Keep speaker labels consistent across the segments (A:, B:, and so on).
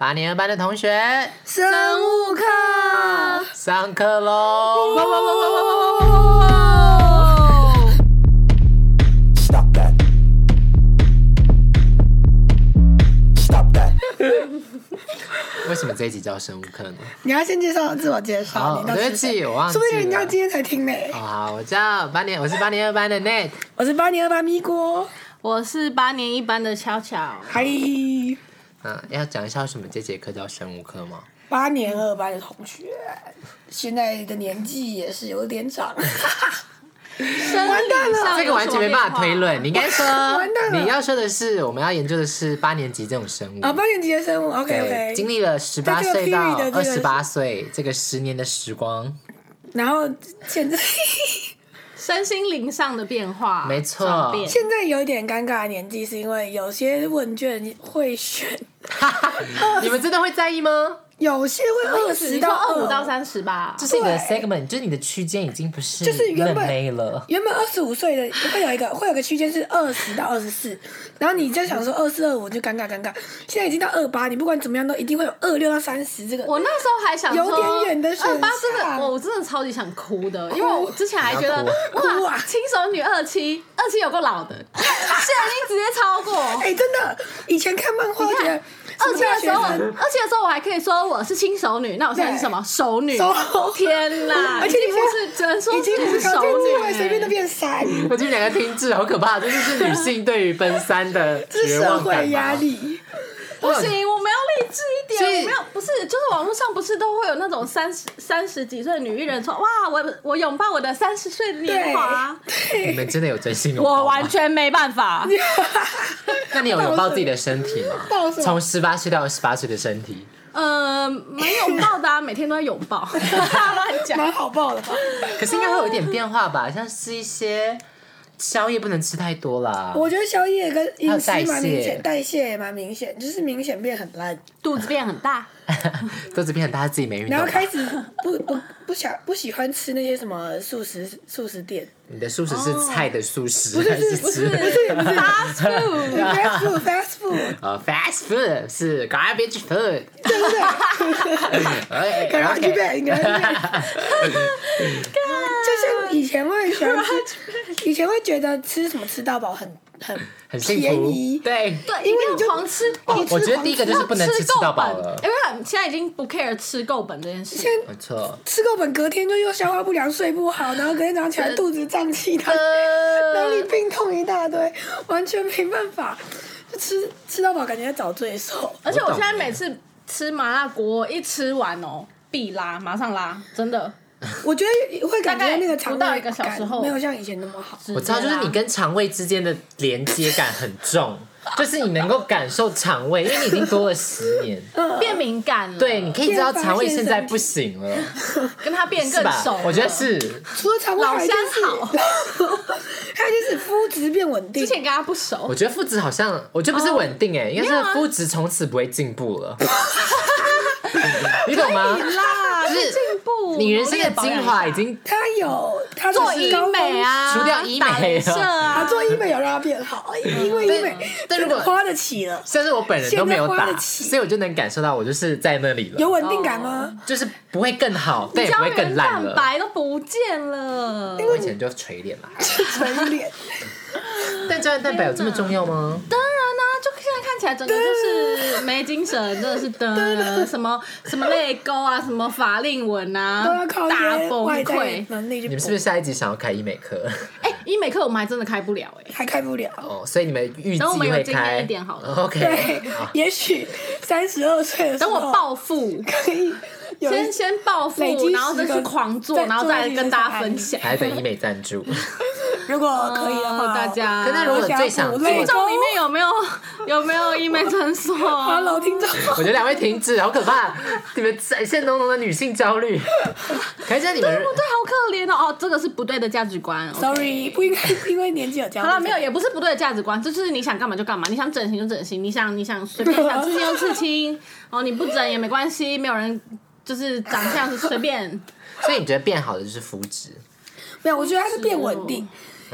A: 八年班的同学
B: 生物课，
A: 上课喽！
C: Stop that. Stop that.
A: 为什么这一集叫生物课呢？
B: 你要先介绍自我介绍，
A: 哦
B: 你，到底
A: 对
B: 是
A: 不
B: 谁
A: 起，我忘记
B: 说
A: 了
B: 不。定人家今天才听呢。
A: 哦好，我叫八年，我是八年二班的 Nate。
B: 我是八年二班咪锅，
D: 我是八年一班的巧巧，
B: 嗨，
A: 嗯，要讲一下为什么这节课叫生物课吗？
B: 八年二班的同学，现在的年纪也是有点长，
A: 嗯
D: 完蛋了
A: 这个完全没办法推。论。你应该说
B: 完蛋，了
A: 你要说的是，我们要研究的是八年级这种生物。
B: 啊，八年级的生物，OK
A: 对，经
B: OK，
A: 历了十八
B: 在这个
A: 岁到
B: period 的这个
A: 二十八岁这个十年的时 光，
B: 然后现在
D: 身心灵上的变化，
A: 没错
D: 转变
B: 现在有点尴尬的年纪，是因为有些问卷会选，
A: 你们真的会在意吗？
B: 有些会二十到
D: 二五
B: 25
D: 到，三十吧
A: 这。是你的
B: 对
A: segment，就是你的区间已经不是
B: 就是原
A: 人
B: 本
A: 类了。
B: 原本二十五岁的会有一个会有个区间是二十到二十四，然后你就想说二四二五就尴尬尴尬，现在已经到二八，你不管怎么样都一定会有二六到三十这个。
D: 我那时候还想说，
B: 有点远的选项
D: 二八真的，我真的超级想哭的，因为我之前还觉得
A: 你
B: 哭哭
D: 哇
B: 啊，
D: 轻手女二七，二七有个老的，现在已经直接超过。
B: 哎、真的，以前看漫画
D: 你
B: 觉
D: 看
B: 得
D: 二七的时候，
B: 什么大学生
D: 二七的时候我还可以说我是轻熟女，那我现在是什么熟女？
B: 熟
D: 天啦！
B: 而且
D: 已
B: 你现
D: 经啊不
B: 在
D: 是只能说
B: 已经无
D: 是
B: 条
D: 熟
B: 件
D: 女
B: 之
D: 欸，
B: 外随便都变三，
A: 我觉得两个听质好可怕，这就是女性对于奔三的
B: 这是
A: 绝
B: 社
A: 望感吧
B: 会压。力。
D: 不行，我们要励志一
A: 所
D: 点，
A: 以
D: 我们要不是就是网络上不是都会有那种三十三十几岁的女艺人说哇，我我拥抱我的三十岁的年华，
A: 你们真的有真心拥抱吗
D: 我完。全没办 法。
A: 那你有拥抱自己的身体吗
B: 抱什？么
A: 从十八岁到二十八岁的身体，
D: 呃，没拥抱的、啊，每天都在拥抱， 乱讲。
B: 蛮好报的吧？
A: 可是应该会有一点变化吧？像是一些宵夜不能吃太多啦。
B: 我觉得宵夜跟饮食
A: 还有代谢
B: 蛮明显，代谢也蛮明显，就是明显变很烂，
D: 肚子变很 大，
A: 肚子变很大，自己没运
B: 然后
A: 动吧。
B: 开始不不不想不喜欢吃那些什么素食素食店，
A: 你的素食是菜的素食
B: 哦不是
A: 还是
B: 不
A: 吃？
D: fast food，
B: fast food fast food，
A: 呃，fast food 是 garbage food。
B: 对不对？
A: 哎
B: 可能
A: OK
B: 去背，可能就像以前会喜欢吃，以前会觉得吃什么吃到饱很很
A: 很幸
B: 便
A: 福
B: 宜，，
A: 对。
D: 对，
B: 因为
D: 一
B: 你
D: 定
B: 就
D: 要狂吃。
B: 一直
A: 我觉得第一个哦就是不能吃吃到饱
D: 够本
A: 了，
D: 因为现在已经不 care 吃够本这件事
B: 现。
A: 没错。
B: 吃够本隔天就又消化不良、睡不好，然后隔天早上起来肚子胀气的，
D: 呃
B: 哪里病痛一大堆，完全没办法。就吃吃到饱，感觉在找罪 受。
D: 而且
A: 我
D: 我
A: 懂
D: 现在每次吃麻辣锅，一吃完哦，必拉，马上拉，真的。
B: 我觉得会感觉那个肠
D: 大概不到
B: 胃
D: 一个小时
B: 感
D: 后
B: 没有像以前那么好。
A: 我知道，就是你跟肠胃之间的连接感很重， 就是你能够感受肠胃，因为你已经多了十 年，
D: 变敏感了，
A: 对，你可以知道肠胃现在不行 了，
D: 跟他变
A: 是
D: 更
A: 吧
D: 熟了。？
A: 我觉得是，
B: 除了肠胃，还有一件事
D: 老，
B: 还有一件事，肤质变稳定
D: 之。前跟他不熟
A: 我，觉得肤质好像，我觉得不是稳定 哎，应该是肤质从此不会进步了， 你懂吗？
D: 啦，
A: 就是
D: 是进步，
A: 你人生的
D: 努力
A: 精
D: 保养
A: 华
D: 一
A: 已
D: 下
A: 经
B: 他有他
D: 做
B: 只
D: 医
B: 是高
D: 美啊，
A: 除掉医美
D: 打镭射
B: 啊，
D: 啊，
B: 做医美有让他变好，因为医美
A: 但如果
B: 真的花得起了，
A: 像是我本人都没有
B: 现在
A: 打，
B: 花得起
A: 所以我就能感受到我就是在那里
B: 有
A: 了，
B: 稳定感吗？
A: 就是不会更好，但也不
D: 胶
A: 会
D: 原
A: 更烂
D: 蛋
A: 了。
D: 白都不见了。
A: 我以前就垂脸啦，
B: 纯 脸，
A: 但胶原蛋白有这么重要吗？
D: 当然啦、就现在看起来整个就是没精神，真的是的，什么什么泪沟啊，什么法令纹啊，
B: 都要靠一
D: 大
B: 些
D: 崩
B: 外在
D: 溃。
B: 能力
A: 你
B: 去补
A: 们是不是下一集想要开医美 课？
D: 哎、医美课我们还真的开不了哎、
B: 还开不了？
A: 哦，所以你们预计
D: 等我们有
A: 会
D: 经验
A: 开
D: 一点好了
A: OK，
B: 对， 也许三十二岁的时
D: 等
B: 候，
D: 我暴富，
B: 可以哦有
D: 先
B: 一
D: 先暴
B: 累积
D: 富，然后再
B: 10个
D: 去狂做，
B: 再
D: 然后
B: 做
D: 再
B: 一些
D: 跟大
B: 小
D: 家
B: 孩
D: 分享。
A: 还等医美赞助。
B: 如果可以的话，
D: 呃大家
A: 可是如果最想
B: 我
A: 做
B: 累
D: 听众里面有没有 有没有医美诊所？哦
B: ，Hello 听众，
A: 我觉得两位停止，好可 怕！你们展现浓浓的女性焦虑。可是你们
D: 对，好可怜哦！哦，这个是不对的价值观。哦。
B: ，Sorry，不应该 因为年纪有交，
D: 好了，没有，也不是不对的价值观，这就是你想干嘛就干嘛，你想整形就整形，你想你想随便想 刺青就刺青，哦，你不整也没关系，没有人就是长相是随便。
A: 所以你觉得变好的就是肤质，
B: 没有，我觉得它是变稳定，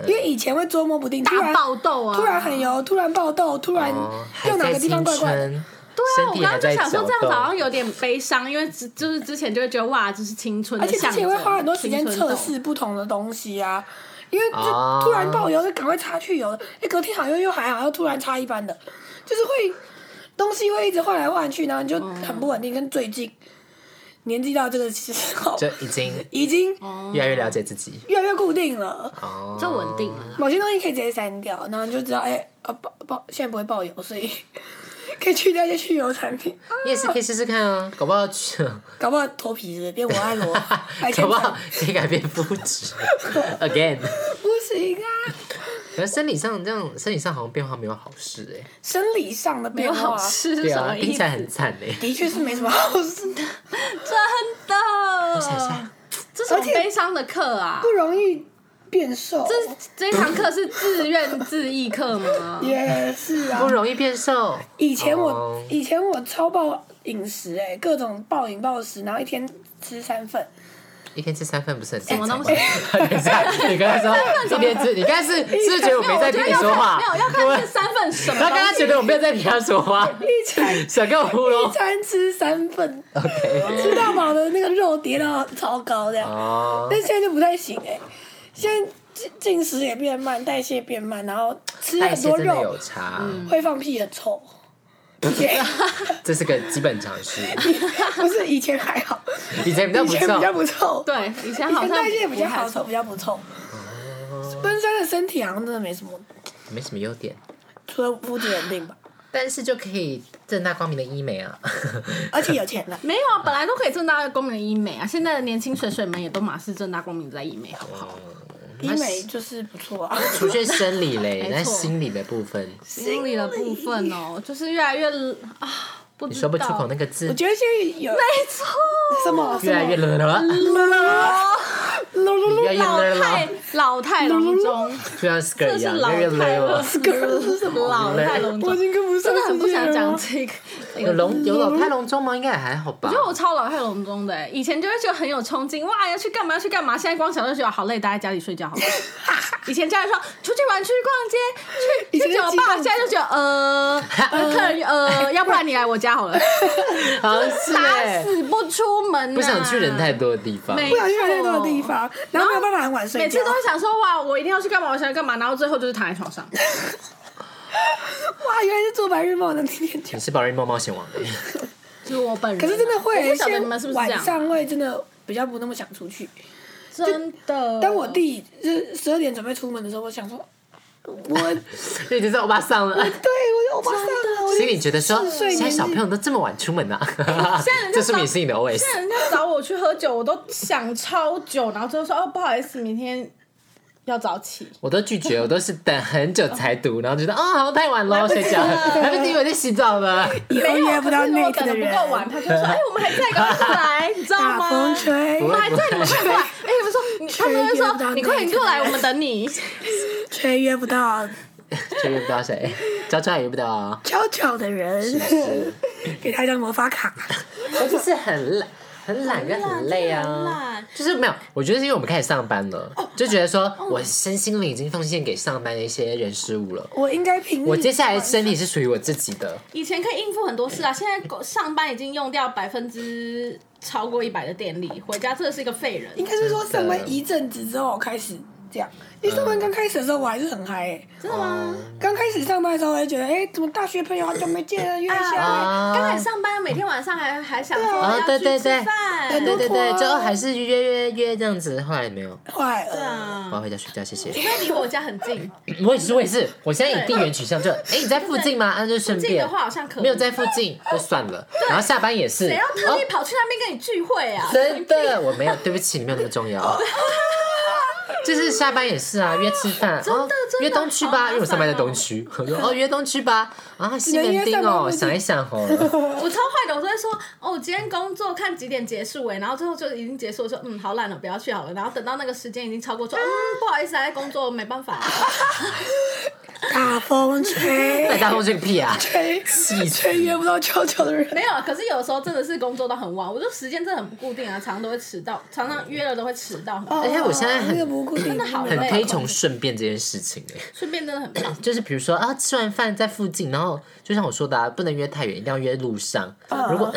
B: 因为以前会捉摸不定，
D: 大
B: 突然
D: 爆痘啊
B: 突然很油，突然爆痘，突然
A: 哦，还
B: 又哪
A: 在
B: 个地方
A: 青
B: 怪怪的，
A: 春，
D: 对对啊，
A: 身
D: 我
A: 体
D: 刚
A: 还
D: 刚就
A: 在
D: 想说
A: 搅
D: 这样子好像
A: 动。
D: 有点悲伤，因为之就是之前就会觉得哇，这是青春
B: 而
D: 的
B: 且
D: 象
B: 之
D: 征，
B: 前会花很多时间
D: 青春
B: 测
D: 痘
B: 试不同的东西啊，因为
A: 啊
B: 就突然爆油就赶快擦去油，哎，隔天好像又又还好，又突然擦一般的，就是会东西会一直换来换去，然后你就
D: 嗯
B: 很不稳定。跟最近年纪到这个时候，
A: 就已经
B: 已经
A: 越来越了解自己
B: 越来越固定了。
A: 哦，
D: 哦这稳定了啦。
B: 某些东西可以直接删掉，然后你就知道，哎、啊爆爆现在不会爆油，所以可以去掉一些去油产品，
A: 你也是可以试试看啊，搞不好去，
B: 搞不好脱皮是不是变我爱罗
A: 搞
B: 白千
A: 不
B: 层
A: 好，可以改变肤质 again。
B: 不行啊，
A: 可是生理上这样，生理上好像变化没有好事哎、
B: 生理上的
D: 没
B: 变
D: 有
B: 化
D: 好吃是
A: 对
D: 什
A: 啊，
D: 么
A: 听
D: 意
A: 起
D: 思？
A: 来很惨哎、
B: 的确是没什么好事的，
D: 真的，
A: 想一下
D: 这是
B: 而且
D: 悲伤的课啊
B: 不！容易变瘦，
D: 这这一堂课是自愿自缢课吗？
B: 也是啊
A: 不。容易变瘦，
B: 以前我、
A: 哦
B: 以前我超暴饮食、哎，各种暴饮暴食，然后一天吃三份，
A: 一天吃三份不是很正常
D: 什么
A: 吗？
D: 东西
A: 等一下，你刚才说一天吃，你刚才是是不是觉得我 没在听你说话？
D: 没有要看这三份什么
A: 他
D: 东西。
A: 刚刚觉得我没有在听他说话，
B: 一餐
A: 想跟我糊弄
B: 一。餐吃三份，
A: OK，
B: 吃到饱的那个肉叠到超高这样。
A: 哦，
B: 但现在就不太行哎、现在进进食也变慢，代谢变慢，然后吃
A: 代
B: 很
A: 谢
B: 多
A: 真的
B: 肉
A: 有差，
B: 会放屁很 臭。以前
A: 这是个基本常识。
B: 不是以前还好，
A: 以前比较
B: 以
A: 不
B: 前比
A: 错，
B: 较不臭，
D: 对以前
B: 以
D: 啊好
B: 前
D: 像
B: 代谢比较好，
D: 不太
B: 臭比较不臭。
D: 哦
B: 奔三的身体好像真的没什么，
A: 没什么优点，
B: 除了肤质稳 定吧，
A: 但是就可以正大光明的医美 啊。
B: 而且有 钱了。
D: 没有啊，本来都可以正大光明的医美啊，现在的年轻水水们也都马是正大光明的在医美，好不好？
B: 医美就是不错啊，
A: 除去生理嘞，
D: 没错
A: 那心理的部分，
D: 心理的部分哦，就是越来越啊，不
A: 你
D: 知
A: 说
D: 道
A: 不出口那个字
B: 我，觉得现在有
D: 没啊错，
B: 什么什
A: 越来越
B: 么
A: 了了，
B: 噜噜
A: 越来越
D: 老
A: 了
D: 态
A: 了，
D: 老态龙钟，
A: 就像 skirt
D: 这
A: 一
D: 是
A: 样，
D: 老
A: 越来越
D: 态
A: 了
D: 龙
A: 了。
B: 这是什么？
D: 老态龙
B: 我已
D: 钟，
B: 经跟不上
D: 真的很不
B: 世界
D: 想
B: 了
D: 讲
B: 吗
D: 这个。哎
A: 有龙有老态龙钟吗？应该也还好吧
D: 我觉。得我超老态龙钟的欸，以前就会觉得很有冲劲，哇，要去干嘛要去干嘛。现在光想就觉得好累，待在家里睡觉好了。以前家人说出去玩、出去逛街、去
B: 以前
D: 去
B: 是
D: 酒
B: 激
D: 吧，
B: 动
D: 现在就觉得呃，呃客人呃，要不然你来我家好了，
A: 好像是
D: 打
A: 哎，
D: 死不出门啊，
A: 不想去人太多的地方。
D: 没
B: 不想去太多的地方，然后没有办法很晚睡觉。
D: 每次都会想说哇，我一定要去干嘛，我想要干嘛，然后最后就是躺在床上。
B: 哇，原来是做白日梦能天天讲
A: 你。是宝瑞梦冒险王的，
D: 就是我本人啊，
B: 可是真的
D: 我
B: 会，
D: 不晓得你们
B: 先
D: 是不是这
B: 晚
D: 样，
B: 上会真的比较不那么想出去。
D: 真的。
B: 当我弟就是十二点准备出门的时候，我想说，我
A: 就已经是欧巴桑了。
B: 对我就我马上了，我
A: 心
B: 就
A: 里觉得说，
B: 岁
A: 现在
B: 年纪
A: 小朋友都这么晚出门啊，
D: 哎现在人 家
A: 这说明是你的 OS
D: 现。在人家找我去喝酒，我都想超久，然后最后说哦不好意思，明天要早起。
A: 我都拒绝，我都是等很久才读，然后觉得啊，好像太晚了，
D: 来不及
A: 睡觉，
D: 了
A: 来不及，我在洗澡了。
B: 以后约不到
D: 可是如果
B: Nate
D: 等
B: 的
D: 的
B: 人
D: 不，够晚，他就说哎我们还在，赶快过来，你知道
B: 大
D: 吗？
B: 风吹
D: 我，们还在，你们快过来！哎，我说，你他们就
B: 吹
D: 会
B: 不到
D: 说，
B: 那
D: 你快点过来，
B: 个
D: 我们等你。
B: 吹约不到
A: 却约不到谁， 娇娇也约不到啊。
B: 悄悄的人，给他一张魔法卡。
A: 我就是很懒，很懒跟很累
D: 很
A: 啊
D: 懒，哦
A: 就是没有。我觉得是因为我们开始上班了，就觉得说我身心灵已经奉献给上班的一些人事物了。
B: 我应该
D: 嗯
B: 平日
A: 我接下来身体是属于我自己的，
D: 以前可以应付很多事啊，现在上班已经用掉百分之超过一百的电力，回家真的是一个废人。
B: 应该是说上班一阵子之后开始这样，因为上
A: 嗯
B: 班刚开始的时候我还是很嗨、欸。
D: 真的吗？
B: 刚开始上班的时候，我就觉得，哎、怎么大学朋友好久没见了，约一下。
A: 啊
D: 刚开始上班，每天晚上还还想说
A: 啊
D: 要
A: 对
D: 去
A: 对
D: 吃
A: 对
D: 饭，
A: 对对对，就哦还是约约约这样子，后来没有，
B: 坏了，
D: 啊
A: 我要回家睡觉， 谢谢。
D: 因为离我家很近，
A: 我也是，我也是，我现在以地缘取向就，哎，你在附近吗？那就顺
D: 近
A: 便
D: 的。话好像可以。
A: 没有在附近就算了，然后下班也是。
D: 谁要特地
A: 哦
D: 跑去那边跟你聚会啊？
B: 哦
A: 真的，我没有，对不起，你没有那么重 要。就是下班也是啊，约吃饭，
D: 真的
A: 哦
D: 真的
A: 约东区
D: 好麻
A: 吧，
D: 烦
A: 因为我上班在东区，我说哦 约东区吧，啊西门町
B: 你们约上班
A: 哦，
B: 附近
A: 想一想 哦，
D: 我超坏的，我都会说哦，我今天工作看几点结束哎、然后最后就已经结束，我说嗯，好懒了，不 要去好了。然后等到那个时间已经超过，说嗯，不好意思，还在工作，没办法、
B: 大风吹
A: 那，大风吹个屁啊！
B: 吹
A: 气
B: 吹约不到悄悄的人，
D: 没有，啊，可是有时候真的是工作到很晚，我就时间真的很不固定啊，常常都会迟到，常常约了都会迟到。
B: 哦
A: 而且我现在很
B: 那个不固定，
D: 真的好
A: 很
D: 累
A: 推崇顺便这件事情哎、
D: 顺便真的很棒，
A: 就是比如说啊，吃完饭在附近，然后就像我说的、啊，不能约太远，一定要约路上。 如
B: 嗯
A: 果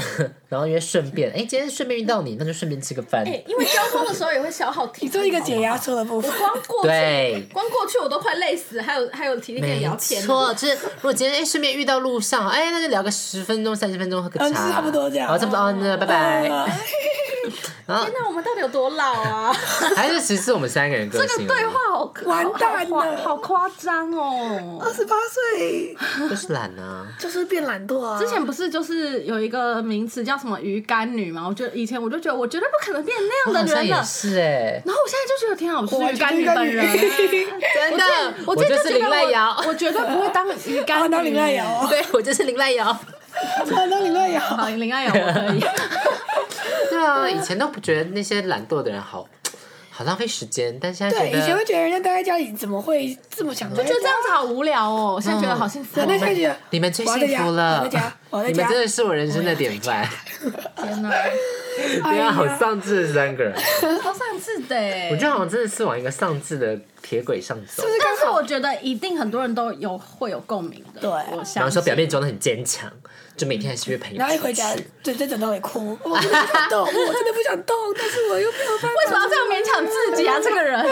A: 然后约顺便，哎、今天顺便遇到你，那就顺便吃个饭。
D: 哎、因为交通的时候也会消耗体力。
B: 你做一个解压缩的部分
D: 我。光过
A: 对
D: 去，光过去我都快累死，还有还有体力可以
A: 没
D: 聊天。
A: 错，就是如果今天哎顺、便遇到路上，哎、那就聊个十分钟、三十分钟，喝个
B: 嗯
A: 茶，
B: 差不多这样
A: 好，差不多，哦那拜 拜。
B: 啊
A: 然后
D: 天哎哪，我们到底有多老啊？
B: 嗯
A: 还是其实我们三个人个
D: 这
A: 性
D: 个
A: 啊，
D: 对话好
B: 完蛋
D: 好
B: 了
D: 好好夸张哦！
B: 二十八岁
A: 就是懒啊，
B: 就是变懒惰啊！
D: 之前不是就是有一个名词叫什么“鱼干女”嘛？我就以前我就觉得我绝对不可能变那
A: 我
D: 样
A: 好
D: 的
A: 像
D: 人了
A: 也，是哎、
D: 然后我现在就觉得天啊，我是
B: 我
D: 鱼干女本人，
A: 真的，
D: 我
A: 我
D: 真的
A: 就是
D: 觉
A: 林
D: 得
A: 濑瑶，
D: 我我绝对不会当鱼干
B: 啊
D: 女，
B: 当林濑瑶
A: 对我就是林濑瑶。
B: 啊，当你乱摇，
D: 好，林爱瑶我可以。
A: 对啊，
B: 嗯
A: 以前都不觉得那些懒惰的人好好浪费时间，但现在
B: 对，
A: 觉得
B: 以前会觉得人家待在家里怎么会这么想？就
D: 就这样子好无聊哦，我现在觉得好幸福哦。
B: 人家开始觉得
A: 你们最幸福了，
B: 我在家我在
A: 你
B: 家
A: 们真的是我人生的典范。
D: 天哪，
A: 对啊，
B: 哎呀，
A: 好丧志的三个人，
D: 好上智的耶。
A: 我觉得好像真的是往一个丧志的铁轨上走。
D: 但是我觉得一定很多人都有会有共鸣的。
B: 对
D: 我
A: 然
D: 想
A: 后说表面装的很坚强，就每天还是约朋友
B: 然后一
A: 出
B: 回家
A: 去。，
B: 对，在枕头里哭，我真的不想 动，我真的不想动，但是我又没有办法。
D: 为什么要这样勉强自己啊？这个人，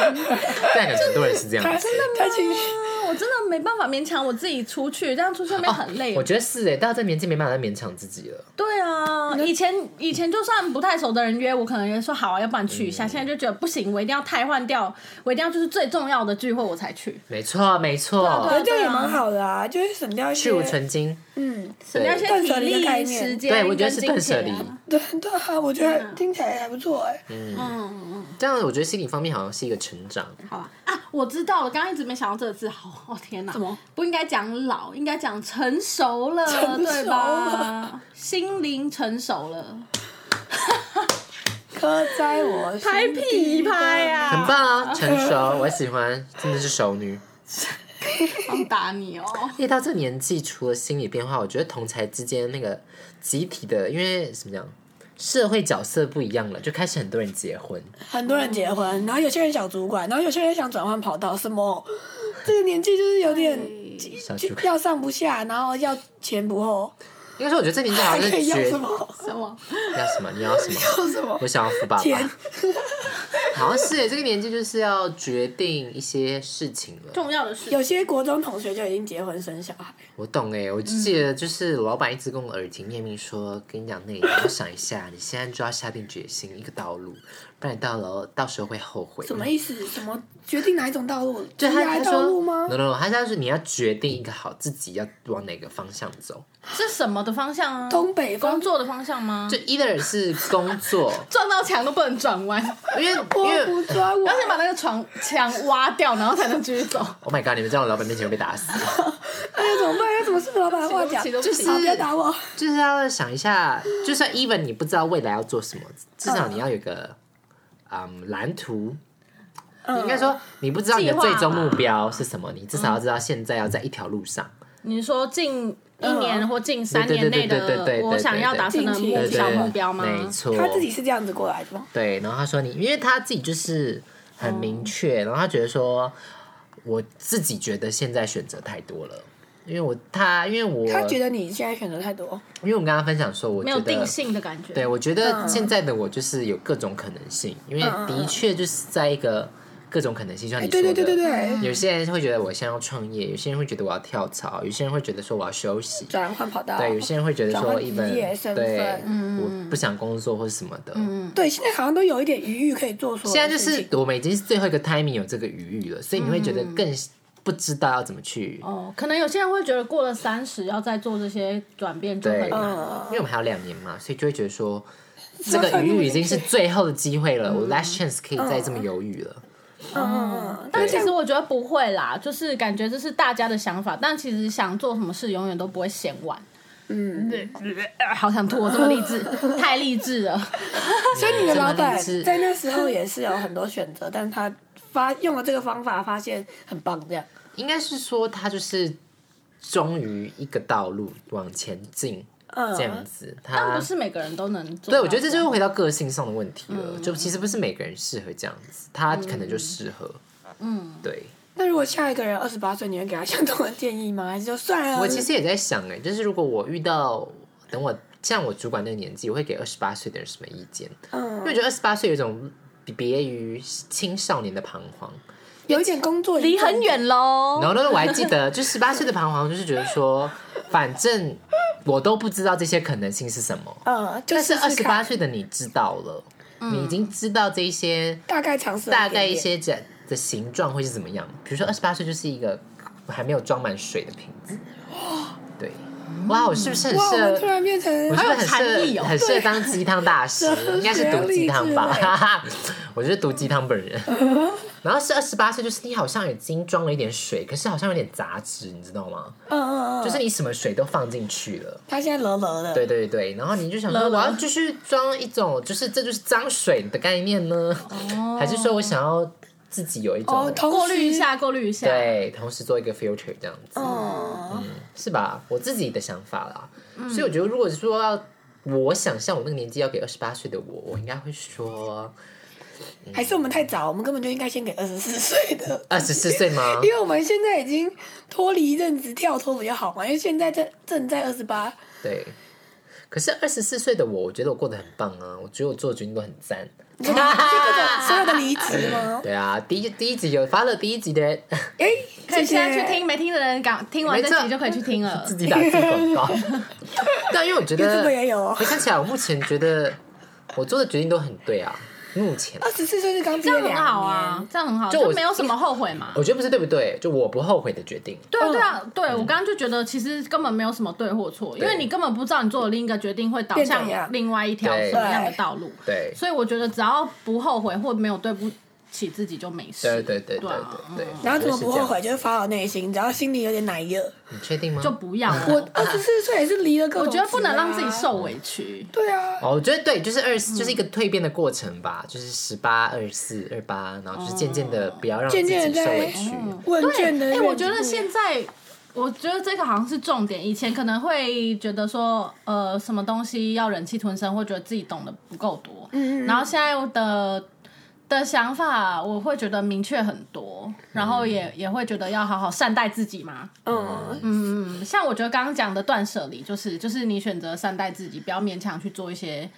A: 但很多人是这样
B: 他
A: 子。
B: 他情绪，
D: 我真的没办法勉强我自己出去，这样出去会不会很累。
A: 哦我觉得是哎，大家这年纪没办法再勉强自己了。
D: 对啊，以前以前就算不太熟的人约我，可能也说好啊，要不然去一下。现在就觉得不行，我一定要汰换掉，我一定要就是最重要的聚会我才去，
A: 没错，
B: 啊
A: 没错
D: 对，
B: 可这样也蛮好的啊，就是省掉一些
A: 去无存精。
B: 嗯，
A: 对
D: 那些
B: 断
D: 体
B: 舍离的概
D: 力、
B: 念
D: 时间
A: 对，我
D: 跟
A: 觉得是断
D: 金
A: 舍
D: 钱
A: 离。
D: 啊。
B: 对对啊，我觉
D: 嗯
B: 得听起来还不错哎。
A: 这样我觉得心理方面好像是一个成长。
D: 好吧啊，我知道，我刚刚一直没想到这个字，好，哦天哪，
B: 怎么
D: 不应该讲老，应该讲成熟了，
B: 成熟
D: 对吧？心灵成熟了，
B: 刻在我心
D: 拍屁拍啊！
A: 很棒啊，成熟，我喜欢，真的是熟 女。
D: 好打你哦。
A: 因为到这个年纪，除了心理变化，我觉得同才之间那个集体的，因为怎么讲，社会角色不一样了，就开始很多人结婚。
B: 很多人结婚，然后有些人小主管，然后有些人想转换跑道，什么这个年纪就是有点
A: 小主管
B: 要上不下，然后要前不后，
A: 应该说，我觉得这年纪好
B: 还
A: 像是
B: 可以要
A: 绝
B: 什么？
D: 什么？
A: 要什么？你要什么？
B: 要什么
A: 我？想要富爸
B: 钱
A: 爸。 好像是欸耶这个年纪就是要决定一些事情了。
D: 重要的事。
B: 有些国中同学就已经结婚生小孩，
A: 我懂哎，我就记得就是老板一直跟我耳提面命说，跟你讲那个，你要想一下，你现在就要下定决心一个道路，不然你到了到时候会后悔。
B: 什么意思？什么决定哪一种道路？
A: 就
B: 职
A: 他
B: 业
A: 他
B: 道
A: 说
B: 路吗
A: No？No 嗯 No，他他说你要决定一个好自己要往哪个方向走，
D: 是什么的方向啊？
B: 东北
D: 工
B: 方
D: 作的方向吗？
A: 就 either 是工作，
D: 撞到墙都不能转弯，要
A: 因为因
B: 我
A: 为
B: 不抓我，
D: 先把那个床墙挖掉，然后才能继续走。
A: Oh my God，你们在我老板面前会被打死，
B: 哎呀怎么办？要怎么顺老板的话讲？
D: 对不起对不起
B: 好不要打我。
A: 就是要想一下，就算 even 你不知道未来要做什么，至少你要有个嗯蓝图。
D: 嗯
A: 你应该说，你不知道你的
D: 计划吧
A: 最终目标是什么，你至少要知道现在要在一条路上。
D: 你说近一年或近三年
A: 对
D: 内
A: 对对对对
D: 的
A: 对
D: 我想要达成的
B: 近期
D: 目
A: 对
D: 小
A: 对
D: 目标吗？
A: 没错，
B: 他自己是这样子过来的吗？
A: 对，然后他说你，因为他自己就是很明确，
D: 哦
A: 然后他觉得说，我自己觉得现在选择太多了，因为我他因为我
B: 他觉得你现在选择太多，
A: 因为我跟他分享说，我
D: 没
A: 觉
D: 有
A: 得
D: 定性的感
B: 嗯
D: 觉。
A: 对，我觉得现在的我就是有各种可能性，因为的确就是在一个各种可能性，就像
B: 嗯哎，
A: 你
B: 对
A: 说
B: 对
A: 的，
B: 对对对，
A: 有些人会觉得我现在要创业，有些人会觉得我要跳槽，有些人会觉得说我要休息，
B: 转换跑道。
A: 对，有些人会觉得
B: 转
A: 说
B: 换
A: 一
B: 职
A: 本
B: 业身
A: 对
B: 份，嗯
A: 我不想工作或什么的，
B: 对，现在好像都有一点余裕可以做嗯所有嗯
A: 现在
B: 的
A: 就
B: 事情。
A: 是我们已经是最后一个 timing 有这个余裕了，所以你会觉得更不知道要怎么去，
D: 哦，可能有些人会觉得过了三十要再做这些转变就很
A: 对
D: 难。
B: 嗯，
A: 因为我们还有两年嘛，所以就会觉得说这
B: 要
A: 个
B: 算
A: 余
B: 那么
A: 裕已经是
B: 明确
A: 最后的机会了，我 last chance 可以再这么犹豫了。
B: 嗯，
D: 但
B: 但
D: 其
B: 是
D: 实我觉得不会啦，就是感觉这是大家的想法，但其实想做什么事永远都不会嫌晚。嗯，好想吐！我这么励 志，太励志了。
B: 所以你的老板
A: 是
B: 在那时候也是有很多选择，但是他发用了这个方法，发现很棒，这样。
A: 应该是说他就是忠于一个道路往前进，
B: 嗯
A: 这样子。
D: 但
A: 他
D: 不是每个人都能
A: 啊
D: 做到
A: 对
D: 样。
A: 我觉得这就是回到个性上的问题了，就其实不是每个人适合这样子，他可能就适合。嗯，对。
B: 那如果下一个人二十八岁，你会给他相同的建议吗？还是就算了？
A: 我其实也在想、哎，就是如果我遇到等我像我主管那个年纪，我会给二十八岁的人什么意见？因为我
B: 嗯，
A: 觉得二十八岁有一种别于青少年的彷徨。
B: 有一点工作
D: 离很，远喽。
A: 然后呢，我还记得，就十八岁的彷徨，就是觉得说，反正我都不知道这些可能性是什么。
B: 嗯，就
A: 但是二
B: 试试
A: 十
B: 看嗯
A: 八岁的你知道了，你已经知道这一些
B: 大概尝试了
A: 大概
B: 点
A: 一
B: 点
A: 些这的形状会是怎么样。比如说二十八岁就是一个还没有装满水的瓶子。对，哇，我是不是很
B: 哦哇，我
A: 适
B: 们
A: 合
B: 突？然变成
A: 我是不是
D: 还有
A: 很
D: 禅意
A: 适
D: 哦
A: 合很适合当鸡汤大师
B: 对，
A: 应该是毒鸡汤吧
B: 学历之？
A: 我就是毒鸡汤本人。
B: 嗯
A: 然后是二十八岁，就是你好像已经装了一点水，可是好像有点杂质，你知道吗？
B: 嗯嗯嗯，
A: 就是你什么水都放进去了。
B: 他现在冷冷的，
A: 对对对，然后你就想说，
D: 了
A: 我要继续装一种，就是这就是脏水的概念呢，还是说我想要自己有一种
B: 哦，同时
D: 过滤一，下，过滤一下。
A: 对，同时做一个 filter 这样子，嗯
B: 哦，
A: 是吧？我自己的想法啦，所以我觉得，如果说要我想象我那个年纪要给二十八岁的我，我应该会说
B: 还是我们太早，我们根本就应该先给二十四岁的。
A: 二十四岁吗
B: 因？为我们现在已经脱离认知跳脱比较好嘛，因为现在正正在二十八，
A: 对。可是二十四岁的我，我觉得我过得很棒啊！我觉得我做的决定都很赞。
B: 你就这个所有的离职吗？
A: 对啊，第一第一集有发了第一集的
B: 哎，
D: 可以
B: 谢谢
D: 现在去听，没听的人赶听完这集就可以去听 了
A: 自。己打自己广 告。啊但因为我觉
B: YouTube
A: 得
B: 也有哦
A: 回想起来，我目前觉得我做的决定都很对啊。目前
B: 二十四岁是刚毕
D: 这
B: 业
D: 样
B: 两
D: 很好啊
B: 年，，
D: 这样很好，
A: 就我
D: 就没有什么后悔嘛。
A: 我觉嗯得不是对不对，就我不后悔的决定。
D: 对啊对啊，对我刚刚就觉得其实根本没有什么对或错，因为你根本不知道你做的另一个决定会导
B: 变
D: 向
B: 怎样
D: 另外一条
A: 对
D: 什么样的道路。
A: 对
D: 所以我觉得只要不后悔或没有对不起自己就没事。
A: 对对对对
D: 对啊
A: 对对。
B: 然后怎么不后
A: 我觉得
B: 悔？
A: 是这样？
B: 就是发好内心，只要心里有点奶热。
A: 你确定吗？
D: 就不要了。
B: 我二十四岁也是离了各种
D: 我觉得不能
B: 职啊
D: 让自己。受委屈。
B: 对啊，
A: 哦，我觉得对，就是二
D: 嗯
A: 十，就是一个蜕变的过程吧，就是十八、二四、二八，然后就是渐渐
D: 哦
A: 的不要让自己受
B: 渐渐地在
A: 委屈。
B: 问卷的
D: 哎、
B: 认知不一样。
D: 我觉得现在，我觉得这个好像是重点。以前可能会觉得说，呃，什么东西要忍气吞声，或觉得自己懂得不够多。嗯然后现在我的的想法，我会觉得明确很多，然后也、也会觉得要好好善待自己嘛。
B: 嗯，
D: 嗯，像我觉得刚刚讲的断舍离，就是就是你选择善待自己，不要勉强去做一些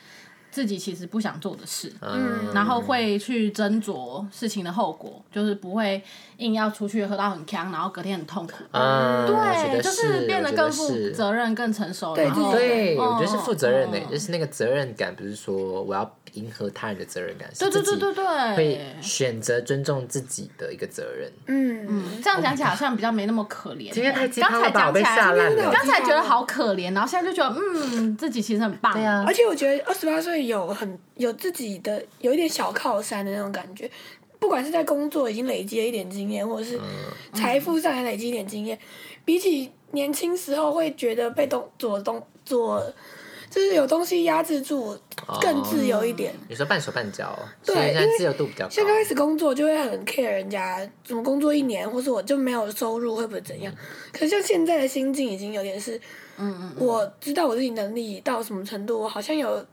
D: 自己其实不想做的事。
A: 嗯
D: 然后会去斟酌事情的后果，就是不会硬要出去喝到很呛，然后隔天很痛苦。
A: 啊，我觉
D: 嗯对，
A: 得
D: 就是变得
A: 我觉
D: 更负
A: 是
D: 责任、更成熟，
B: 哦对哦
D: 然后
B: 自己
A: 对，我觉得是
D: 嗯
A: 负责任的，
D: 嗯
A: 就是那个责任感，不是说我要迎合他人的责任感，
D: 对
A: 是
D: 对
A: 自
D: 对
A: 己
D: 对对
A: 会。选择尊重自己的一个责任。
B: 嗯，
D: 这样讲起来好像比较没那么可怜。欸
A: 今天太鸡
D: 刚
A: 汤了
D: 才
A: 吧，我
D: 讲
A: 被
D: 起
A: 吓
D: 来，
A: 烂
B: 真的
A: 了
D: 刚。才觉得好可怜，然后现在就觉得嗯，自己其实很棒。对
A: 啊
B: 而且我觉得二十八岁有很有自己的有一点小靠山的那种感觉，不管是在工作已经累积了一点经验，或者是财富上也累积一点经验，比起年轻时候会觉得被东左东左，就是有东西压制住，更自由一点。
A: 哦你说半手半脚，
B: 对
A: 所以现
B: 因
A: 在
B: 为
A: 自由度比较高。
B: 像刚开始工作就会很 care 人家怎么工作一年，或是我就没有收入会不会怎样？可是像现在的心境已经有点是，嗯嗯，我知道我自己能力到什么程度，我好像有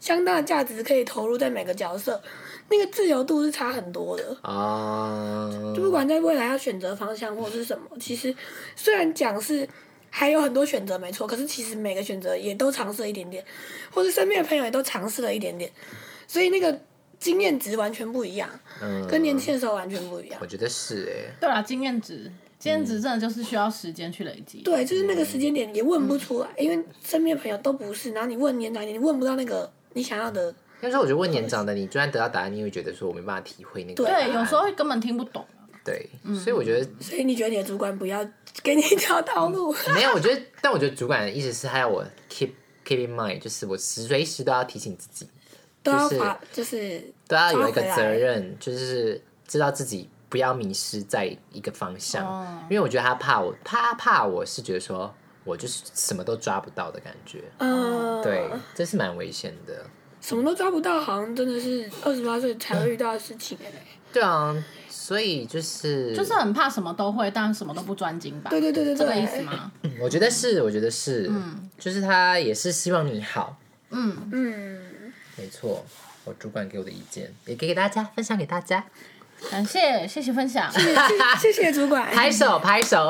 B: 相当的价值可以投入在每个角色，那个自由度是差很多的。
A: 啊，
B: 就不管在未来要选择方向或是什么，其实虽然讲是还有很多选择没错，可是其实每个选择也都尝试了一点点，或是身边的朋友也都尝试了一点点，所以那个经验值完全不一样。
A: 嗯
B: 跟年轻的时候完全不一样
A: 我。觉得是哎，
D: 对啦，经验值，经验值
A: 嗯
D: 真的就是需要时间去累积。
B: 对，就是那个时间点也问不出来，因为身边的朋友都不是，然后你问年长一点，你问不到那个你想要的。
A: 但是我觉得问年长的你，就算得到答案，你会觉得说我没办法体会那个
B: 对
A: 答案。
D: 对，有时候会根本听不懂。啊
A: 对，
B: 嗯
A: 所以我觉得
B: 所以你觉得你的主管不要给你一条道 路？
A: 没有，我觉得，但我觉得主管的意思是他要我 keep keep in mind，就是我时随时都要提醒自己，
B: 都要
A: 就是
B: 发，就是
A: 都要有一个
B: 抓回来
A: 责任，就是知道自己不要迷失在一个方向，
D: 哦
A: 因为我觉得他怕我，他怕我是觉得说我就是什么都抓不到的感觉，
B: 嗯，
A: 对，这是蛮危险的。
B: 什么都抓不到，好像真的是二十八岁才会遇到的事情哎。
A: 对啊，所以就是
D: 就是很怕什么都会，但什么都不专精吧？
B: 对对对对对
D: 这个意思吗？
A: 我觉得是，我觉得是，就是他也是希望你好，
D: 嗯，
B: 嗯，
A: 没错。我主管给我的意见也给给大家分享给大家，
D: 感谢谢谢分享，
B: 谢谢主 管，
A: 拍手拍手，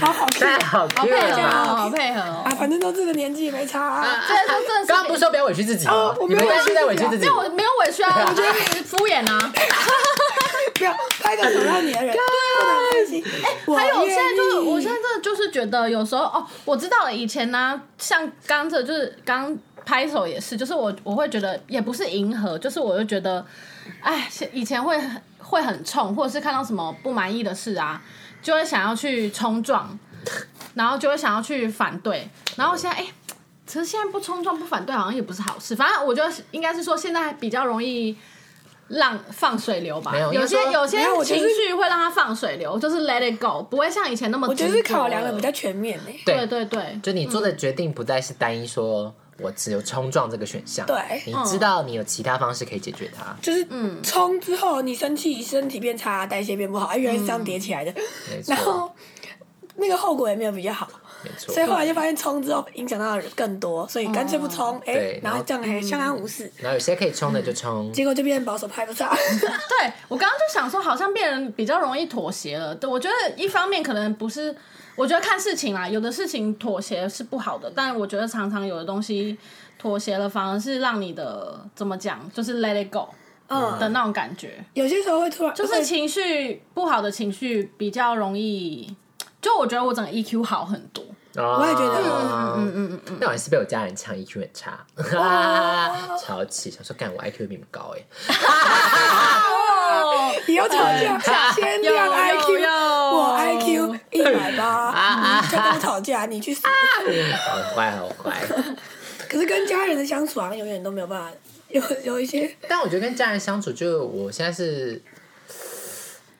B: 好好看
A: 太好
D: 好
A: Q
D: 配
A: 了
D: 合
A: 吧！
D: 哦，好配合哦
B: 啊，。反正都这个年纪没差啊，
D: 这这这
A: 刚刚不是说不要委屈自己吗
B: 哦？我
A: 你
B: 没有
A: 们现在委
B: 委
A: 屈
B: 屈
A: 自己
D: 没，有我没有委 屈啊，我觉得你敷衍啊。
B: 不要拍到找到你 的人，不能开心。哎我
D: 还有，我现在就是，
B: 愿意
D: 我现在真的就是觉得有时候哦，我知道了，以前呢、像刚这就是刚拍手也是，就是我我会觉得也不是迎合，就是我就觉得，哎，以前会很会很冲，或者是看到什么不满意的事啊，就会想要去冲撞，然后就会想要去反对，然后现在哎。其实现在不冲撞不反对，好像也不是好事。反正我觉得应该是说，现在比较容易让放水流吧。
A: 没有
D: 有
A: 应该
D: 些
A: 说
D: 有些
B: 没有我觉
D: 情
B: 得是
D: 绪会让它放水流，就是 let it go，不会像以前那么。
B: 我觉得是考量的比较。全面欸诶、
D: 对
A: 对，
D: 对对，
A: 就你做
B: 嗯
A: 的决定不再是单一说。我只有冲撞这个选项，
B: 对嗯
A: 你知道你有其他方式可以解决它，
B: 就是冲之后你生气，身体变差，代谢变不好，哎，原来是这样叠起来的，
A: 嗯没错
B: 然，后那个后果也没有比较好，
A: 没错
B: 所，以后来就发现冲之后影响到的人更多，所以干脆不冲，哎、
A: 对然
B: 然
A: 后
B: 后这样还相安无事，
A: 然后有些可以冲的就冲，
B: 结果嗯就变成保守派不差。
D: 对我刚刚就想说，好像变人比较容易妥协了。对，我觉得一方面可能不是，我觉得看事情啦，有的事情妥协是不好的，但我觉得常常有的东西妥协了，反而是让你的怎么讲，就是 let it go 的
B: 嗯，
D: 那种感觉。
B: 有些时候会突然
D: 就是情绪不好的情绪比较容易，就我觉得我整个 EQ 好很多。
A: 我
B: 也觉得
A: 嗯嗯嗯嗯。哦那我还是被我家人呛 EQ 很差， 超气，想说干我 IQ 比你们高哎，
D: 哦，
B: 以后吵
D: 嗯
B: 架，先
D: 哎
B: 量 IQ，我 IQ 一百八，就跟我吵架，你去死。
A: 好坏好坏。
B: 可是跟家人的相处好像永远都没有办法，有 有一些
A: 但我觉得跟家人相处，就我现在是，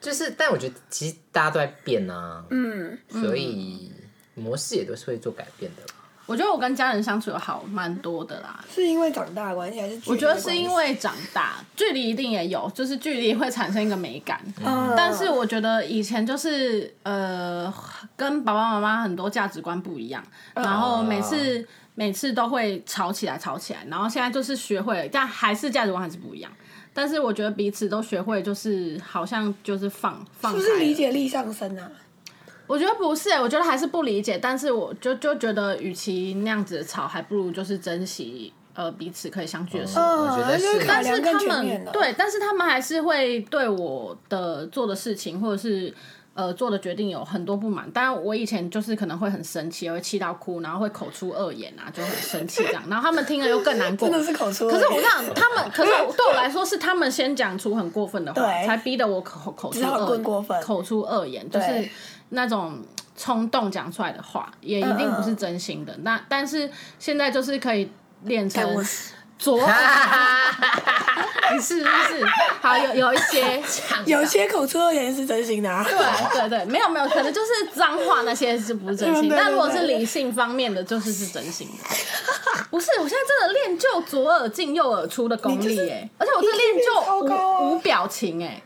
A: 就是，但我觉得其实大家都在变啊，
B: 嗯，
A: 所以模式也都是会做改变 的。
D: 我觉得我跟家人相处有好蛮多的啦。
B: 是因为长大的关系还是距离的
D: 我觉得是
B: 关系
D: 因为长大，距离一定也有，就是距离会产生一个美感。
B: 嗯
D: 但是我觉得以前就是呃，跟爸爸妈妈很多价值观不一样，
B: 嗯
D: 然后每次每次都会吵起来，吵起来。然后现在就是学会了，但还是价值观还是不一样。但是我觉得彼此都学会，就是好像就是放放
B: 是
D: 开
B: 不
D: 了。
B: 是理解力上升啊？
D: 我觉得不是、欸我觉得还是不理解，但是我就就觉得，与其那样子吵，还不如就是珍惜呃彼此可以相聚的时候。
A: 我觉得
B: 嗯就是
A: 是
B: 考
D: 但是
B: 量
D: 他
B: 更全面
D: 们
B: 了。，
D: 对，但是他们还是会对我的做的事情或者是呃做的决定有很多不满。当然，我以前就是可能会很生气，会气到哭，然后会口出恶言啊，就很生气这样。然后他们听了又更难过，
B: 真的是口出恶
D: 可
B: 言
D: 是我让他们，可是我对我来说是他们先讲出很过分的话，
B: 对
D: 才逼得我口口出
B: 只好
D: 恶
B: 更过分
D: 口出恶言，就是
B: 对
D: 那种冲动讲出来的话，也一定
B: 嗯
D: 不是真心的。那但是现在就是可以练成
B: 哎干我
D: 左 耳，是不是？好，有有一 些。
B: 有些口出恶言是真心的啊。
D: 对对对，没有没有，可能就是脏话那些是不是真心
B: 嗯对，对
D: 但如果是理性方面的，就是是真心的。不是，我现在真的练就左耳进右耳出的功力
B: 你
D: 耶、而且我是练
B: 你超
D: 就无、
B: 高啊
D: 无表情哎、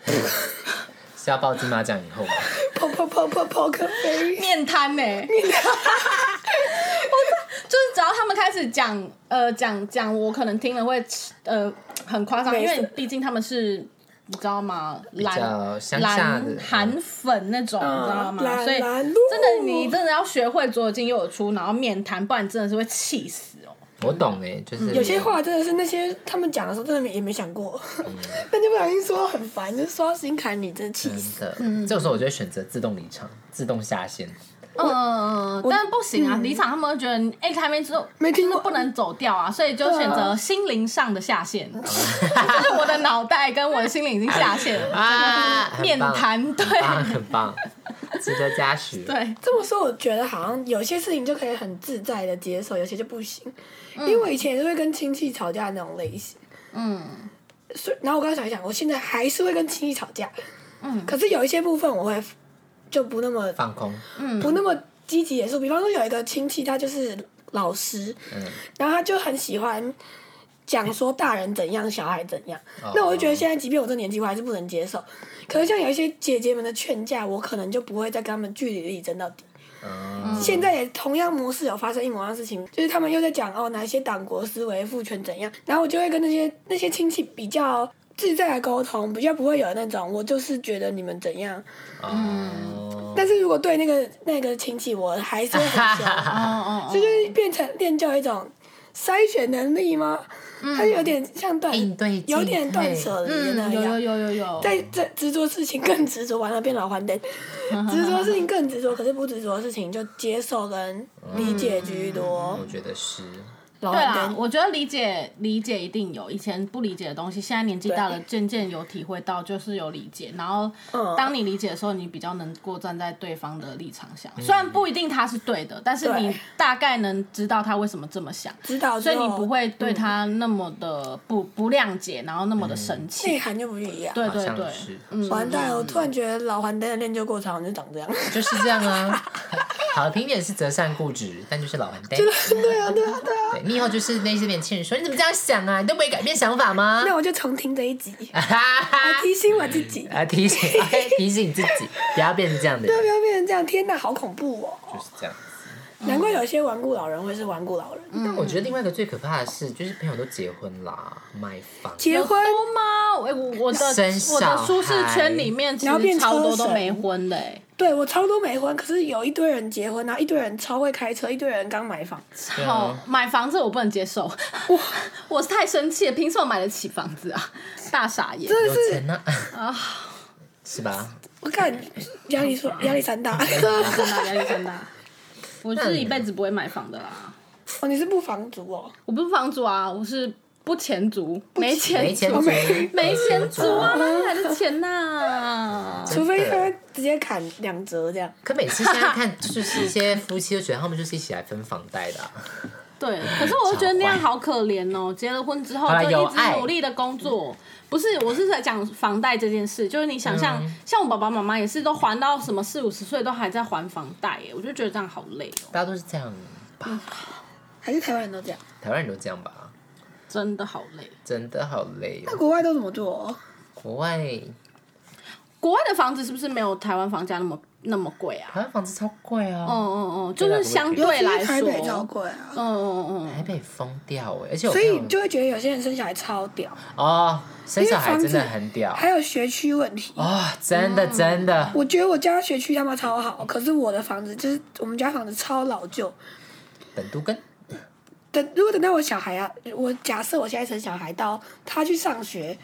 A: 是要报金马奖以后吗？
B: 泡泡泡泡泡咖 啡，
D: 面瘫哎、我就是只要他们开始讲呃讲讲，我可能听了会呃很夸张，
B: 没
D: 因
B: 事
D: 为毕竟他们是。你知道吗？
A: 较
D: 蓝
A: 乡下的嗯
D: 蓝韩粉那种，你知道吗？
B: 蓝
D: 所以
B: 蓝
D: 真
B: 路
D: 的，你真的要学会左耳进右耳出，然后面谈，不然真的是会气死哦。
A: 我懂哎，就是
B: 嗯有些话真的是那些他们讲的时候，真的没也没想过， 但就不小心说很烦，就说到心坎里，真的气
A: 真
B: 死。
A: 的，这种时候我就会选择自动离场，自动下线。
D: 嗯，但不行啊，离场他们会觉
A: 嗯
D: 得，哎，还没走，
B: 没听过
D: 不能走掉啊，所以就选择心灵上的下线。
A: 嗯
D: 就是我的脑袋跟我的心灵已经下线了，
A: 啊 很棒
D: 面谈对
A: 很棒，很棒，值得嘉许。
D: 对，
B: 这么说，我觉得好像有些事情就可以很自在的接受，有些就不行。因为我以前也是会跟亲戚吵架的那种类型，
D: 嗯，
B: 所以然后我刚刚想一想，我现在还是会跟亲戚吵架，嗯，可是有一些部分我会就不那么
A: 放空，
B: 不那么积极严肃。比方说有一个亲戚，他就是老师，
A: 嗯，
B: 然后他就很喜欢讲说大人怎样，小孩怎样。
A: 哦
B: 那我就觉得现在，即便我这年纪，我还是不能接受。可是像有一些姐姐们的劝架，我可能就不会再跟他们据理力争到底。
A: 嗯，
B: 现在也同样模式有发生一模一样的事情，就是他们又在讲哦哪些党国思维、父权怎样，然后我就会跟那些那些亲戚比较自在的沟通，比较不会有那种我就是觉得你们怎样。
A: 哦嗯，
B: 但是如果对那个那个亲戚，我还是会很凶。
D: 哦
A: 嗯
D: 哦
B: 这就是变成练就一种筛选能力吗？它有点像断，
A: 应对进退
B: 有点断舍离的
D: 嗯，
B: 那
D: 有有
B: 样。
D: 有有有，
B: 在在执着事情更执着，完了变老黄 灯。执着事情更执着，可是不执着的事情就接受跟理解居
D: 嗯
B: 多
A: 我。觉得是，
B: 老
D: 对啊
B: 黄
D: 啦，
B: 灯，
D: 我觉得理解理解一定有，以前不理解的东西，现在年纪大了，
B: 对
D: 渐渐有体会到，就是有理解。然后，
B: 嗯
D: 当你理解的时候，你比较能够站在对方的立场想，虽然不一定他是对的，但是
B: 嗯对
D: 你大概能知道他为什么这么想，
B: 指导之
D: 所
B: 后，
D: 以你不会对他那么的不不谅解，然后那么的生
B: 内
D: 气。
B: 涵就不一样。
D: 对对
A: 好
D: 对
A: 像是，
D: 嗯，
B: 完蛋了！我突然觉得老黄灯的练就过程好像就长这样。
A: 就是这样啊。 好听点是择善固执，但就是老顽蛋。
D: 嗯
B: 对啊，对啊，对啊。
A: 对你以后就是那些年轻人说你怎么这样想啊？你都不会改变想法吗？
B: 那我就重听这一 集，
A: 哈哈
B: 来提醒我自己，
A: 啊，提醒提醒自己，不要变成这样的
B: 不
A: 人，
B: 要变成这样。天哪，好恐怖哦！
A: 就是这样。
B: 难怪有些顽固老人会是顽固老人。
D: 嗯
A: 但
B: 嗯
A: 我觉得另外一个最可怕的是，就是朋友都结婚啦，买房，
B: 结婚
D: 多吗？我我我的
A: 生小
D: 我的
A: 孩
D: 舒适圈里面，其
B: 然后变
D: 实超多
B: 车
D: 都
B: 神
D: 没婚的、欸，
B: 对我超多没婚，可是有一堆人结婚，然后一堆人超会开车，一堆人刚买房，
A: 对
D: 好
A: 啊，
D: 买房子我不能接受，我 我是太生气了，凭什么买得起房子啊？大傻眼！
B: 真的
A: 有
B: 是
A: 钱呢，啊 是吧？
B: 我看压力 说压力山大。
D: 真的压力真大。我是一辈子不会买房的啦，
B: 哦，你是不房族哦？
D: 我不是房主啊，我是不钱族，没
A: 没
D: 钱
A: 钱
D: 族
A: 族，
D: 没钱族啊，
A: 啊！
D: 哪里来的钱呐？
B: 除非他直接砍两折这样。
A: 可每次现在看，就是一些夫妻就觉得他们就是一起来分房贷的啊，
D: 对，可是我就觉得那样好可怜哦。结了婚之后
A: 好啦
D: 就
A: 有
D: 一直
A: 爱
D: 努力的工作，不是，我是在讲房贷这件事。就是你想象，
A: 嗯
D: 像我爸爸妈妈也是都还到什么四五十岁都还在还房贷，耶，我就觉得这样好累哦，
A: 大家都是这样
B: 嗯
A: 吧？
B: 还是台湾人都这样，
A: 台湾人都这样吧？
D: 真的好累。
A: 真的好累
B: 那
A: 哦。
B: 国外都怎么做、哦？
A: 国外
D: 国外的房子是不是没有台湾房价那么那么贵啊？
A: 台湾房子超贵啊，
B: 哦
D: 嗯嗯嗯，就是相
B: 尤
D: 对
B: 其
D: 来
B: 是
D: 说，
B: 台北超
D: 嗯
B: 贵啊，
D: 嗯嗯
A: 台
D: 嗯，
A: 北疯掉哎，而且我
B: 所以
A: 朋友
B: 就会觉得有些人生小孩超屌，
A: 哦，生小孩
B: 因为房子
A: 真的很屌
B: 还有嗯学区问题。
A: 哦，真的真的，
B: 我觉得我家学区他妈超好，可是我的房子就是我们家房子超老旧，
A: 本都根
B: 等如果等到我小孩啊，我假设我现在生小孩到他去上学，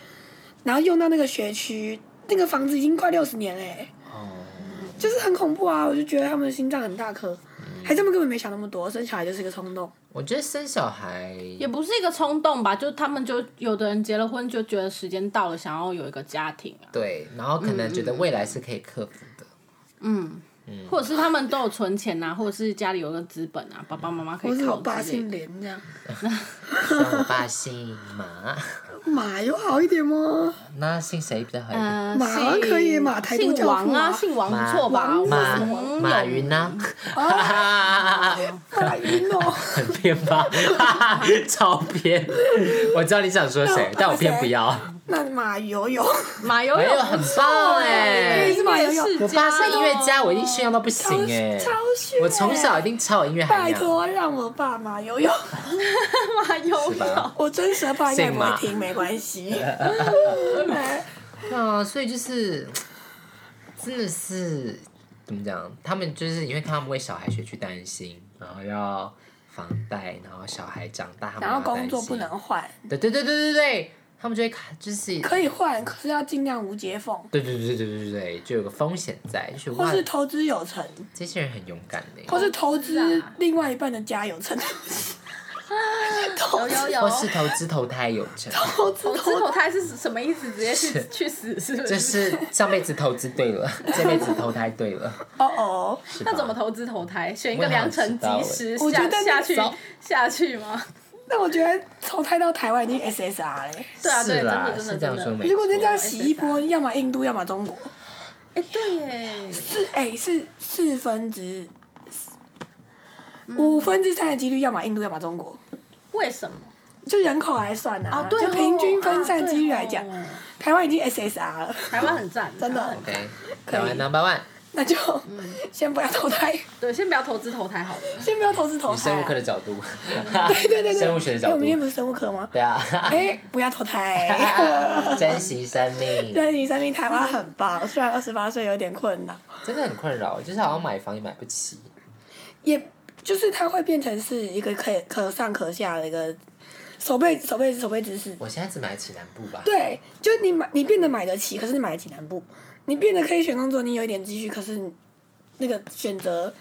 B: 然后用到那个学区，那个房子已经快六十年嘞、
A: 哦，
B: 就是很恐怖啊！我就觉得他们的心脏很大颗，
A: 嗯
B: 还是他们根本没想那么多，生小孩就是一个冲动。
A: 我觉得生小孩
D: 也不是一个冲动吧，就他们就有的人结了婚就觉得时间到了，想要有一个家庭啊。
A: 对，然后可能觉
B: 嗯
A: 得未来是可以克服的，
D: 嗯，或者是他们都有存钱啊，或者是家里有个资本啊，爸爸妈妈可
B: 我
D: 以
B: 是我
D: 靠
B: 爸
D: 之类
B: 姓
D: 的。
B: 连这样，
A: 虽然我爸姓马，
B: 马有好一点吗？
A: 那姓谁比较好一点？
D: 呃，
B: 马好像
D: 姓
B: 可以马台独
D: 姓
B: 教
D: 王
B: 父
D: 啊，
B: 啊
D: 姓王
A: 马
D: 不错吧？
B: 王
A: 马
B: 是
D: 王永
A: 马云呢？
B: 啊，
A: 很
B: 马云哦，
A: 偏吧， 超偏。我知道你想说
B: 哦
A: 谁，但我偏不要。
B: 那马友 友，
D: 马友
A: 哎呦，
D: 友
A: 很棒
D: 哎
A: 哎！
B: 是马友友
A: 我爸是音乐家，我一定炫耀到不行
B: 超
A: 哎！
B: 超炫！
A: 我从小一定超有音乐涵
B: 拜
A: 养。
B: 托让我爸马友友，
D: 马友
A: 是吧
D: 友，
B: 我真实的爸应该
A: 姓
B: 不
A: 马
B: 会听，没关 系。
A: 对啊，所以就是真的是怎么讲？他们就是因为他们为小孩学去担心，然后要房贷，然后小孩长大，他们
B: 然后
A: 要担
B: 工作
A: 心
B: 不能，换，
A: 对对对对对对，他们就会卡，就是
B: 可以换，可是要尽量无接缝，
A: 对对对对对对对，就有个风险在，就是
B: 或
A: 哇，
B: 是投资有成，
A: 这些人很勇敢的，
B: 或是投资另外一半的家有成，
D: 啊有有
A: 或
D: 有。
A: 是投资投胎有成，
B: 投资哦
D: 投资投胎是什么意思？直接去
A: 是
D: 去死是不？
A: 就是是上辈子投资对了，这辈子投胎对了，
B: 哦哦，
A: 是吧
D: 那怎么投资投胎？选一
A: 我
D: 个
A: 也想
D: 良辰
A: 知道哎
D: 吉时
B: 我
D: 下
B: 觉得
D: 下
B: 那
D: 去
A: 种
D: 下去 吗？
B: 那我觉得投胎到台湾已经 SSR 嘞。
D: 对啊，对，
A: 是
D: 真
A: 啦
D: 的，真
A: 是
D: 的
A: 这样
D: 真
A: 说
D: 的。
A: 没
B: 如果
A: 错
B: 就这样洗一波，要么印度，要么中国，
D: 哎，对耶，
B: 是哎、是四分之
D: 嗯
B: 五分之三的几率，要么印度，要么中国。
D: 为什么？
B: 就人口来算啊，
D: 哦，对
B: 就
D: 哦，
B: 平均分散几率来
D: 啊
B: 讲，
D: 对哦
B: 台湾已经 SSR 了，
D: 台湾很赞，
B: 真的
D: 台湾很
A: OK，
D: 赞
B: 可以
A: 台湾 Number One，
B: 那就
D: 嗯
B: 先不要投胎，
D: 对，先不要投资投胎好了。
B: 先不要投资投
A: 以
B: 胎
A: 生物
B: 啊。
A: 科的角度，
B: 对对对对，
A: 生物学的
B: 哎
A: 角
B: 我
A: 度
B: 们今，天不是生物科吗？
A: 对啊，
B: 哎，不要 投胎。
A: 珍惜生命，
B: 对，你生命台湾很棒，虽然二十八岁有点困难，
A: 真的很困扰，就是好像买房也买不起，
B: 也就是它会变成是一个可以可上可下的一个手背手背手背姿势。
A: 我现在只买得起南部吧，
B: 对，就是你买你变得买得起，可是你买得起南部，你变得可以选工作，你有一点积蓄，可是你那个选择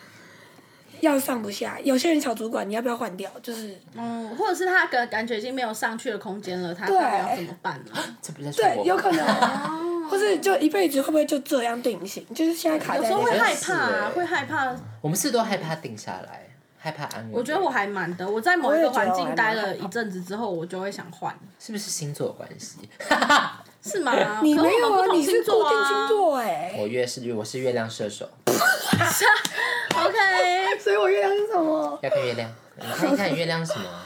B: 要上不下。有些人小主管，你要不要换掉？就是
D: 嗯，或者是他感感觉已经没有上去的空间了，他到底要怎么办呢？
B: 哎
A: 这不是在说
B: 对，
A: 我
B: 有
A: 吗
B: 可能，啊或是就一辈子会不会就这样定型？就是现在卡
D: 有
B: 在
D: 时候
B: 那
D: 会
B: 个。
D: 害
A: 我觉得
D: 怕，啊
A: 是哎
D: 会害怕。
A: 我们是不是都害怕定下来，害怕安稳。
D: 我觉得我还蛮的，我在某一
B: 我也
D: 个
B: 觉得
D: 环
B: 我还
D: 境
B: 蛮
D: 待了一阵子之后，我就会想换，
A: 是不是星座有关系？
D: 是吗？
B: 你
D: 可
B: 没
D: 是
B: 有啊
D: 我们不同
B: 你是
D: 星
B: 固
D: 座
B: 定星
D: 啊。
B: 座哎、
A: 我月是月，我是月亮射手，
D: OK，
B: 所以我月亮是什么？
A: 要看月 亮，你看一看月亮是什么啊？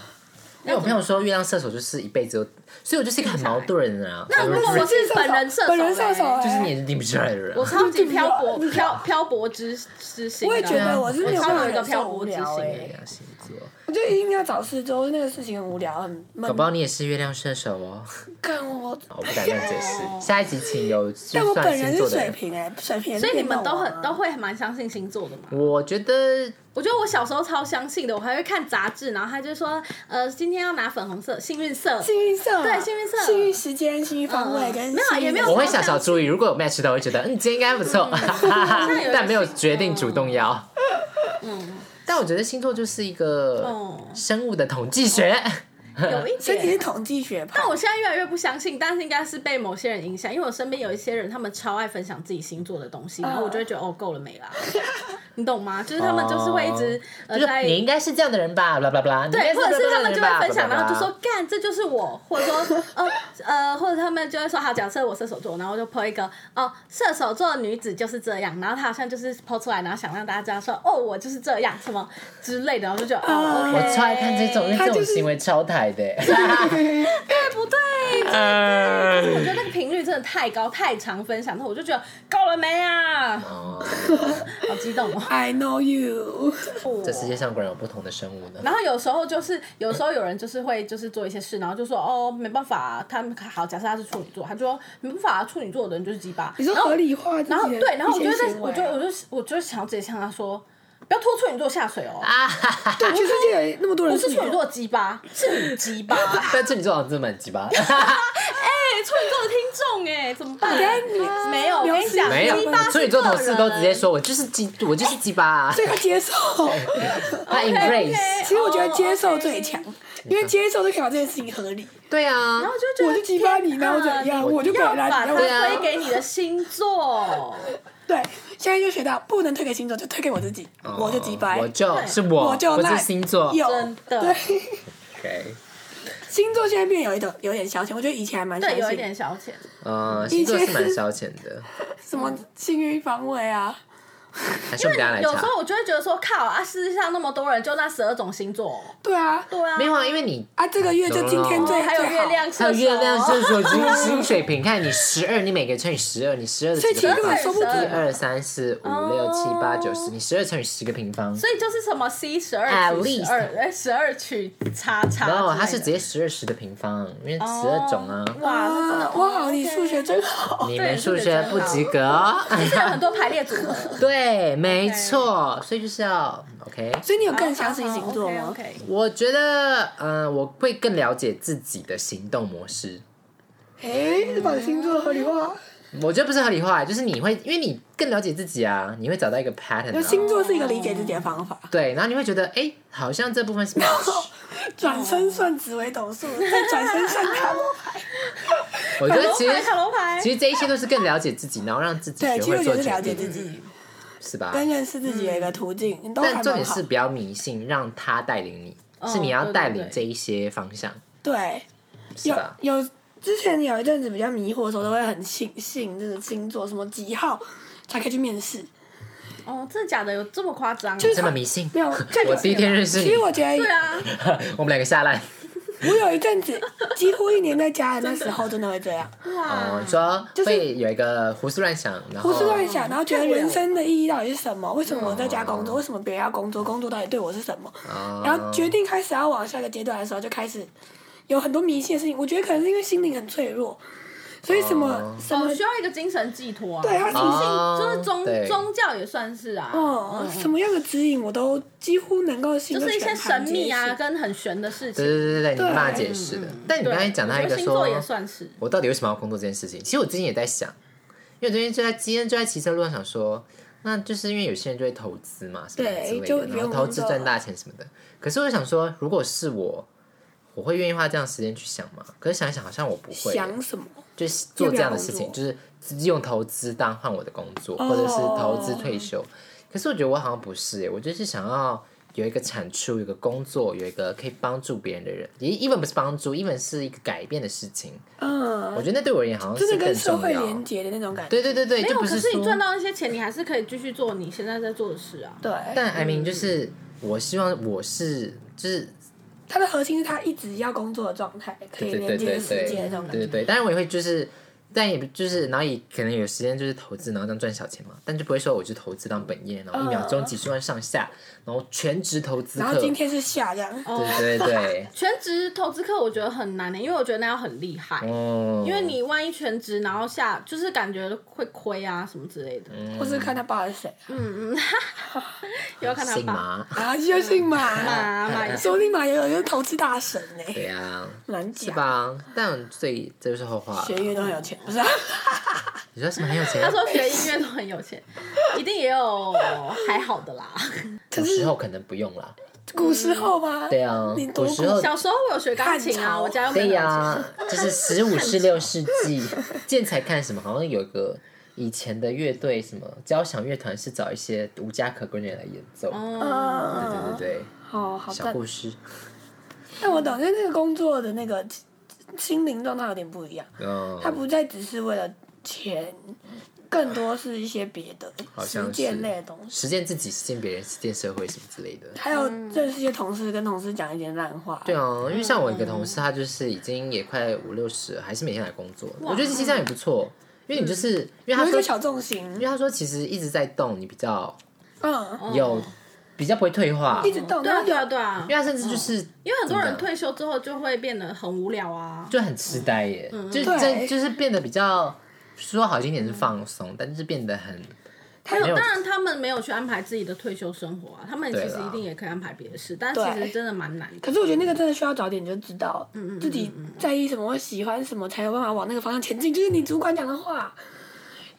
A: 因为我朋友说月亮射手就是一辈子都，所以我就是一个很矛盾的人啊。
D: 那如果
A: 我
D: 我是
B: 射手
D: 本人射手嘞，
B: 本人射手哎
A: 就是你你不出来的人
D: 我
A: 啊，
D: 超级漂
B: 你
D: 泊
B: 不要
D: 漂漂泊之之心啊的。
B: 我也觉得我是没有
D: 我
B: 办
D: 超
B: 法
D: 有一个
B: 忍
D: 漂
B: 受无
D: 泊之心
B: 聊哎、
A: 月亮星座，
B: 我就一定要找事做，那个事情很无聊，很闷
A: 搞。不好你也是月亮射手哦。
B: 干我，
A: 我哦不敢乱解
D: 哦
A: 释，下一集请有
B: 但
A: 就
B: 我
A: 算
B: 本
A: 星
B: 人是
A: 座的
B: 水
A: 人。
B: 瓶哎、水瓶也是
D: 所以你
B: 电
D: 们
B: 动
D: 都
B: 王啊
D: 很都会蛮相信星座的嘛？
A: 我觉得
D: 我觉得我小时候超相信的，我还会看杂志，然后他就说，呃，今天要拿粉红色幸运色，
B: 幸运色，
D: 对幸运色
B: 幸运时间、幸运方位
D: 嗯
B: 跟
D: 没有
B: 幸运
D: 也没有
A: 我会小小注意，如果有 match 到，我会觉得嗯，今天应该不错，
D: 有
A: 但没有决定主动要。
D: 嗯，
A: 但我觉得星座就是一个
D: 哦，
A: 生物的统计学，
D: 有一
B: 所以你是
D: 点。
B: 统计学派
D: 但。我现在越来越不相信，但是应该是被某些人影响，因为我身边有一些人，他们超爱分享自己星座的东西，然后我就会觉得哦，够 了没啦，你懂吗？就是他们就是会一直、
A: 哦就
D: 呃
A: 是
D: 在
A: 你应该是这样的人吧，blah blah blah，你应该
D: 对，
A: 是
D: 或
A: 这样
D: 者
A: 的
D: 是他
A: 人吧，blah blah blah，
D: 们就会分享，然后就说
A: blah blah blah
D: 干，这就是我，或者说呃呃，或者他们就会说好，假设我射手座，然后我就 po 一个哦，射手座女子就是这样，然后她好像就是 po 出来，然后想让大家知道说哦，我就是这样什么之类的，然后就觉得哦
B: 啊，
A: 我超爱看这种，因
D: 哎
A: 为这
B: 他
A: 种
B: 就是
A: 行为超台的。
D: 对不对？我觉
A: 嗯
D: 得那个频率真的太高，太常分享，那我就觉得够了没啊，
A: 哦，
D: 好激动哦。
B: I know you，
A: 这世界上果然有不同的生物呢。
D: 然后有时候就是，有时候有人就是会就是做一些事，然后就说哦没办法、他们好，假设他是处女座，他就说没办法、处女座的人就是鸡巴。
B: 你说
D: 然后
B: 合理化自己的
D: 然后对，然后我就
B: 一些
D: 在，
B: 行为
D: 我
B: 啊
D: 就我就我就想要直接向他说，不要拖处女座下水哦，
A: 啊 哈哈，
B: 对，全世界有那么多
D: 不
B: 人
D: 是处女座的鸡巴，是你鸡巴。哎、
A: 但处女座好像真的蛮鸡巴。
D: 处女座的听众哎、怎么办
B: 等下你？
D: 没有，我跟你讲，
A: 没有
D: 鸡巴，是
A: 处女座
D: 个
A: 同事都直接
D: 人。
A: 说我就是鸡，我就是鸡巴 啊，
B: 所以他接受。
A: 他 embrace。
D: 哎哦
B: 其实我觉得接受最强，因为接受就可以把这件事情合理。
A: 对啊
D: 哦然，后就觉得
B: 我就激发你
D: 天
B: 然后怎
D: 哪
B: 样啊
D: 你
B: 我就
D: 要
B: 本来
D: 把
B: 你
D: 它
B: 要
D: 推给你的星座。
B: 对，现在就学到不能推给星座，就推给我自己，
A: 哦
B: 我就几掰
A: 我，就是我，
B: 我就
A: 不
B: 烂
A: 是星座。
B: 有
D: 真的
B: 对，
A: OK，
B: 星座现在变有一点有点消遣，我觉得以前还蛮相
D: 对，有一
B: 信
D: 点消遣。
A: 呃，星座是蛮消遣的，
B: 什么
D: 嗯
B: 幸运方位啊，
A: 还是我们大家来
D: 有时
A: 查。
D: 候我就会觉得说，靠啊，世界上那么多人，就那十二种星座哦，
B: 对啊，
D: 对啊，
A: 没有啊，因为你
B: 啊这个月就今天最
D: 对，哦还有
B: 最好
D: 月亮
A: 还
D: 射
A: 有
D: 手，
A: 月亮射手 金星水瓶，看你十二，你每个乘以十二，你十二的
B: 所以
A: 几
B: 其实
A: 个
B: 根
A: 平方？
B: 本说不
A: 一
B: 准。
A: 二三四五六七八九十，你十二乘以十个平方。
D: 哦所以就是什么 C 十二
A: At
D: 取十
A: least
D: 二，哎，十二取叉叉之类
A: 然
D: 的，
A: 后它是直接十二十的平方，因为十二种啊。
D: 哦哇，这真的
B: 啊，
D: 哦
B: 哇，好，你数学真好。
A: 你们数学不及 格哦。
D: 是有很多排列组合，
A: 对，没错，所以就是要 OK。
B: 所以你有更相信星座吗？
D: ？OK，
A: 我觉得，嗯、我会更了解自己的行动模式。
B: 哎，把星座合理化，
A: 我觉得不是合理化，就是你会，因为你更了解自己啊，你会找到一个 pattern，、
B: 就
A: 啊、
D: 嗯
B: 星座是一个理解自己的方法，
A: 对，然后你会觉得，哎、好像这部分 是 match。
B: 转身算紫微斗
A: 哦
B: 数，再转身算 塔罗牌。
A: 我觉得其实
D: 塔罗牌，
A: 其实这一切都是更了解自己，然后让自己
B: 对，
A: 学
B: 其实
A: 会
B: 我觉
A: 做
B: 得是
A: 决
B: 了解自
A: 定，嗯
B: 己
A: 是吧？
B: 跟认识自己的一个途径，你都还
A: 但重
B: 蛮
A: 点
B: 好嗯
A: 是。不要迷信，让他带领你，
D: 哦
A: 是你要
D: 对对
A: 带领
D: 对
A: 这一些方向，
B: 对，
A: 是
B: 有
A: 吧？
B: 有之前有一阵子比较迷惑的时候，都会很信信这个星座什么几号才可以去面试，
D: 哦，真的假的？有这么夸 张？
B: 就 是
A: 这么迷信
B: 没，有。
A: 我第一天认识
B: 其
A: 你
B: 实，我觉得
D: 对啊，
A: 我们两个下烂。
B: 我有一阵子几乎一年在家的那时候，真的会这样，
A: 哦，你说
B: 嗯就是
A: 会有一个胡思乱想，然后
B: 胡思乱想，然后觉得人生的意义到底是什么？为什么我在家工作？为什么别人要工作？工作到底对我是什么？
A: 哦
B: 然后决定开始要往下一个阶段的时候，就开始有很多迷信的事情。我觉得可能是因为心灵很脆弱，所以什么、
A: 哦
B: 什么
D: 总需要一个精神寄托啊。
B: 对他
D: 迷
A: 哦
D: 信就是宗
A: 对
D: 宗教也算是啊，
B: 哦，什么样的指引我都几乎能够信
D: 就
B: 都
D: 是一些
B: 全
D: 神
B: 盘
D: 秘
B: 皆
D: 啊
B: 是。
D: 跟很玄的
A: 对
D: 事
A: 对
D: 情。
A: 对对对，
B: 对嗯
A: 你爸解释的。但你
D: 对
A: 刚才讲到一
D: 我觉
A: 个
D: 得星
A: 说
D: 座，也算是，
A: 我到底为什么要工作这件事情？其实我最近也在想，因为我最近就在今天就在骑车路上想说，那就是因为有些人就会投资嘛，什么
B: 对
A: 之类
B: 就
A: 的，
B: 不
A: 然
B: 用
A: 后投资
B: 工作
A: 赚大钱什么的。可是我想说，如果是我，我会愿意花这样的时间去想吗？可是想一想，好像我不会。
B: 想什么？
A: 就是做这样的事
B: 要
A: 情，
B: 不
A: 就是用投资当换我的工作，
B: 哦
A: 或者是投资退休。可是我觉得我好像不是欸耶，我就是想要有一个产出，有一个工作，有一个可以帮助别人的人。也 even 不是帮助，even 是一个改变的事情。
B: 嗯，
A: 我觉得那对我而言好像
B: 真
A: 是
B: 的跟
A: 更
B: 社
A: 重
B: 会
A: 要
B: 连。结的那种感觉。
A: 对对对对，
D: 没
A: 就
D: 有，
A: 不
D: 可是
A: 说
D: 你赚到那些钱，你还是可以继续做你现在在做的事啊。
B: 对，
A: 但 I mean 就是我希望我是就是
B: 它的核心是他一直要工作的状态，可以
A: 对对
B: 连接
A: 对对
B: 世界的
A: 对
B: 这种感
A: 对
B: 觉。
A: 对，当然我也会就是，但也不就是，然后也可能有时间就是投资，然后这样赚小钱嘛，但就不会说我就投资当本业，然后一秒钟几十万上下，然后全职投资
B: 嗯然
A: 客，
B: 后今
A: 对
B: 天是下这样，
A: 对 对，
D: 全职投资客我觉得很难的、欸因为我觉得那要很厉害，
A: 哦，
D: 因为你万一全职然后下就是感觉会亏啊什么之类的。
A: 嗯
B: 或是看他爸是谁，
D: 又要看他
A: 信
D: 爸
A: 吗？
B: 然后就姓马，
D: 马马也是
B: 说不定马友友就是投资大神呢，
A: 对呀，
B: 难
A: 是
B: 讲。
A: 吧？但所以这就是后话
B: 学
A: 了。
B: 院都很有钱，不是啊？
A: 你说什么很有钱
D: 他？说学音乐都很有钱，一定也有还好的啦。
A: 古时候可能不用啦。
B: 古时候吗？
A: 对啊
B: 你，多
A: 古时候
D: 小时候我有学钢琴
B: 汉
D: 啊，
B: 朝
D: 我家又
A: 对
D: 没有
A: 呀、
D: 钱。
A: 就是十五、十六世纪，建才看什么，好像有个以前的乐队，什么交响乐团是找一些无家可归的人来演奏。
D: 哦，
A: 对
B: 嗯，
A: 对对对，
B: 好好
A: 小
B: 但
A: 故事。
B: 但我懂，因为那个工作的那个心灵状态有点不一样，
A: 嗯，
B: 它不再只是为了钱，更多是一些别的
A: 好像
B: 实
A: 是
B: 践类的东西。
A: 实践自己、实践别人、实践社会什么之类的。
B: 还有认识一些同事，跟同事讲一点烂话。
A: 对啊，因为像我一个同事，他就是已经也快五六十了，还是每天来工作。我觉得其实这样也不错，因为你就是因为他
B: 嗯有一个
A: 说，
B: 小嗯重
A: 因
B: 心，
A: 为他说其实一直在动，你比较
B: 嗯，
A: 有比较不会退化，
B: 一直嗯动，
D: 对
B: 然
D: 啊
B: 后
D: 对啊
B: 有
D: 对啊
A: 因为，他甚至就是
D: 因为很多人
A: 怎么讲
D: 退休之后就会变得很无聊啊。
A: 就很痴呆耶，就
B: 对
A: 真就是变得比较说好听点是放松，但是变得很
D: 还
A: 没有
D: 有，当然他们没有去安排自己的退休生活啊，他们其
A: 对
D: 实
A: 啦
D: 一定也可以安排别的事，但其
B: 对
D: 实真的蛮难的。
B: 可是我觉得那个真的需要早点就知道
A: 嗯
B: 自己在意什么、或喜欢什么，才有办法往那个方向前进。就是你主管讲的话，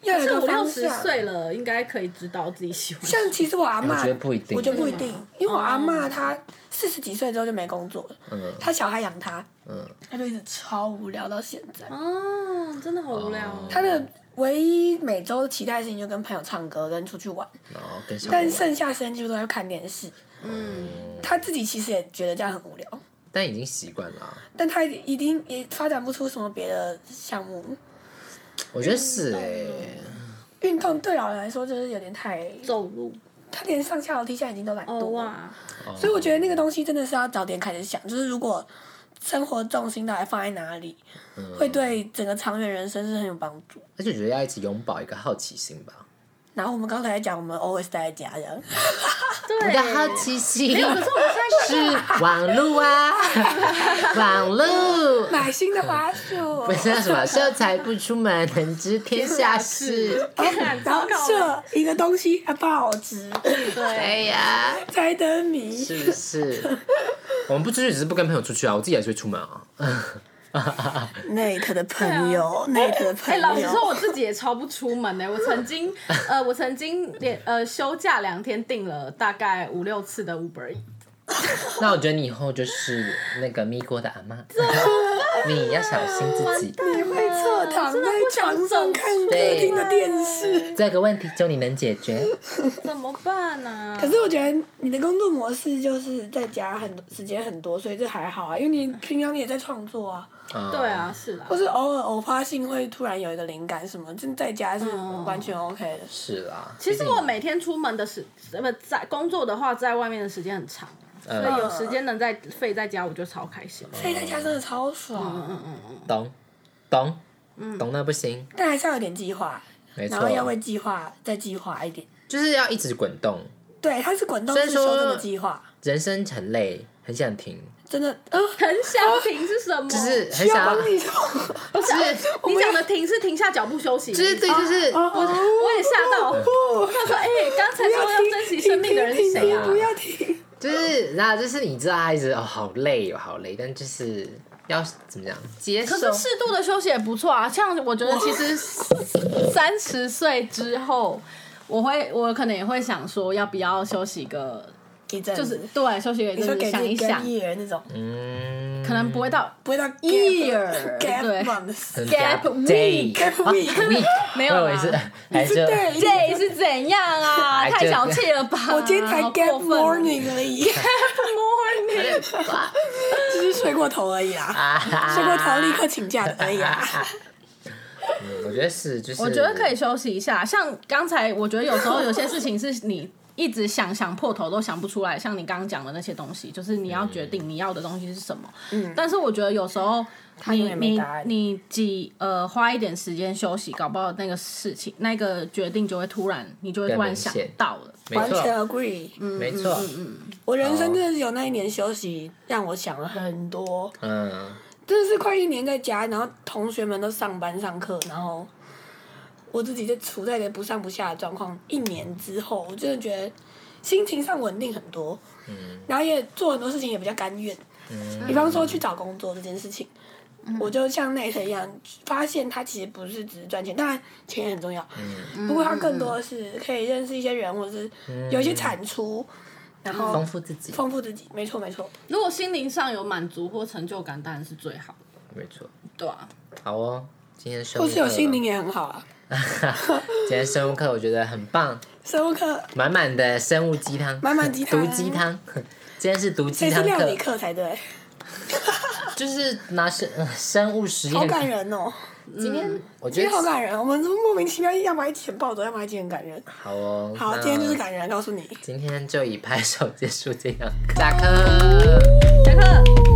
B: 要有一
D: 这
B: 个
D: 五六
B: 方
D: 十
B: 向。
D: 岁了，应该可以知道自己喜欢。
B: 像其实我阿
A: 哎我
B: 妈，
A: 觉得不一定
B: 我觉得不一定，因为我阿妈她四十几岁之后就没工作了，
A: 嗯
B: 她小孩养她，
A: 嗯
B: 她就一直超无聊到现在。
D: 哦，真的好无聊哦。
A: 哦
B: 她的唯一每周期待的事情就跟朋友唱歌跟出去玩，
A: 然后跟小
B: 但
A: 朋友玩
B: 剩下时间几乎都在看电视。
D: 嗯，
B: 她自己其实也觉得这样很无聊，
A: 但已经习惯了啊，
B: 但她已经也发展不出什么别的项目。
A: 我觉得是哎、
B: 运动对老人来说就是有点太，
D: 走路。
B: 他连上下楼梯现在已经都懒
D: 哦
B: 惰了。
D: 哇，
A: 哦
B: 所以我觉得那个东西真的是要早点开始想，就是如果生活重心到底放在哪里，会对整个长远人生是很有帮助。
A: 而且我觉得要一直拥抱一个好奇心吧，
B: 然后我们刚才也讲，我们 always 待在家这样，
A: 我
D: 对
A: 的好奇心
D: 没有，可是我 们现在
A: 是网路啊，网路。
B: 买新的花束，
A: 不是那什么，秀才不出门，能知天下事。
D: 看，
B: 然后设一个东西，啊，报纸、
D: 对，
A: 哎呀，
B: 猜灯谜，
A: 是不是？我们不出去只是不跟朋友出去啊，我自己还是会出门啊。
B: 内特的朋友，内特的朋
D: 哎，老实说，
B: 友，
D: 我自己也超不出门 欸的。我曾经，呃，我曾经连呃休假两天订了大概五六次的 Uber Eats。
A: 那我觉得你以后就是那个咪锅的阿妈， 你要小心自己。
B: 你会侧躺在床上看客厅的电视。
A: 这个问题就你能解决，
D: 怎么办啊呢、
B: 可是我觉得你的工作模式就是在家很多时间很多，所以这还好啊，因为你平常也在创作啊，
A: 嗯
D: 对，啊，是啦
B: 或，是偶尔偶发性会突然有一个灵感什么，真在家
D: 嗯
B: 是完全 OK 的。
A: 是啦。
D: 其实
A: 毕竟
D: 我每天出门的时，呃不在工作的话，在外面的时间很长。
A: 嗯哦
D: 所以有时间能在废在家，我就超开心。
B: 所以在家真的超
D: 嗯
B: 爽，
A: 懂，懂，懂那不行，
B: 但还是要有点计划，
A: 没
B: 然后要为
A: 错，
B: 计划再计划一点。
A: 就是要一直滚动。
B: 对，它是滚动
A: 所以
B: 式
A: 说
B: 修正的计划，
A: 人生很累，很想停，
D: 哦
B: 真的，呃，
D: 很想停是什么？
A: 就是很
B: 需要
A: 想要，
B: 帮
A: 就
B: 你说。
D: 不是你讲的停是停下脚步休息。啊
A: 是对，就是哦
B: 我
D: 我也吓到，我想说，哎，刚才说要珍惜生命的人是谁啊？
B: 不要停，
A: 就是，然后就是你知道他一直哦好累哦好累，但就是要怎么讲接
D: 可
A: 受
D: 是。适度的休息也不错啊。像我觉得，其实
A: 哦
D: 三十岁之后，我会我可能也会想说，要不要休息个，
B: 一阵
D: 就是
B: 子
D: 对休息个一
B: 你说
D: 阵子
B: 给自
D: 想一
B: 己
D: 想
B: 跟，艺人那种，
A: 嗯，
D: 可能不会到
B: 不会到
D: Year，对
B: gap months
A: 很
D: gap
A: day
B: gap week。
A: week
D: 没有啦
A: 我以为是还是
B: 对
D: 这也是怎样啊？
A: 哎
D: 太
A: 这
D: 小气了吧！
B: 我今天才
D: 好
B: gap
D: 过分哦
B: morning 而已， 只是睡过头而已啦，
A: 啊哈
B: 睡过头立刻请假的而已啊啦。
A: 嗯我觉得是，就是
D: 我觉得可以休息一下。像刚才，我觉得有时候有些事情是你一直想想破头都想不出来，像你刚刚讲的那些东西，就是你要决定你要的东西是什么。嗯，但是我觉得有时候
B: 永
D: 你
B: 远没
D: 你
B: 答案
D: 你几呃花一点时间休息，搞不好那个事情那个决定就会突然你就会突然想到了。
A: 没
B: 完全
A: 错，
B: agree。嗯
A: 没错，
B: 我人生真的是有那一年休息，让我想了很多，
A: 嗯，
B: 真的是快一年在家，然后同学们都上班上课，然后我自己就处在一个不上不下的状况。一年之后，我真的觉得心情上稳定很多，然后也做很多事情也比较甘愿，比方说去找工作这件事情。我就像奈特一样，发现他其实不是只是赚钱，当然钱也很重要，不过他更多的是可以认识一些人，或者是有一些产出，然后
A: 丰富自己，
B: 丰富自己。没错，没错。
D: 如果心灵上有满足或成就感，当然是最好的，
A: 没错，
D: 对啊。
A: 好哦。今天生物
B: 或
A: 课
B: 是有心灵，也很好啊。
A: 今天生物课我觉得很棒，
B: 生物课
A: 满满的生物鸡汤，
B: 满满鸡汤
A: 毒鸡汤。 今天是毒鸡
B: 谁是
A: 汤
B: 料理
A: 课，
B: 课才对，
A: 就是拿生呃生物实
B: 好
A: 验。
B: 感人哦！
A: 今天我
B: 今
A: 觉
B: 天好
A: 得
B: 感人，我们怎么莫名其妙要把一集很暴走，要把一集很感人。
A: 好哦。
B: 好，
A: 那
B: 今天就是感人，告诉你。
A: 今天就以拍手结束这样，下课。
D: 下课。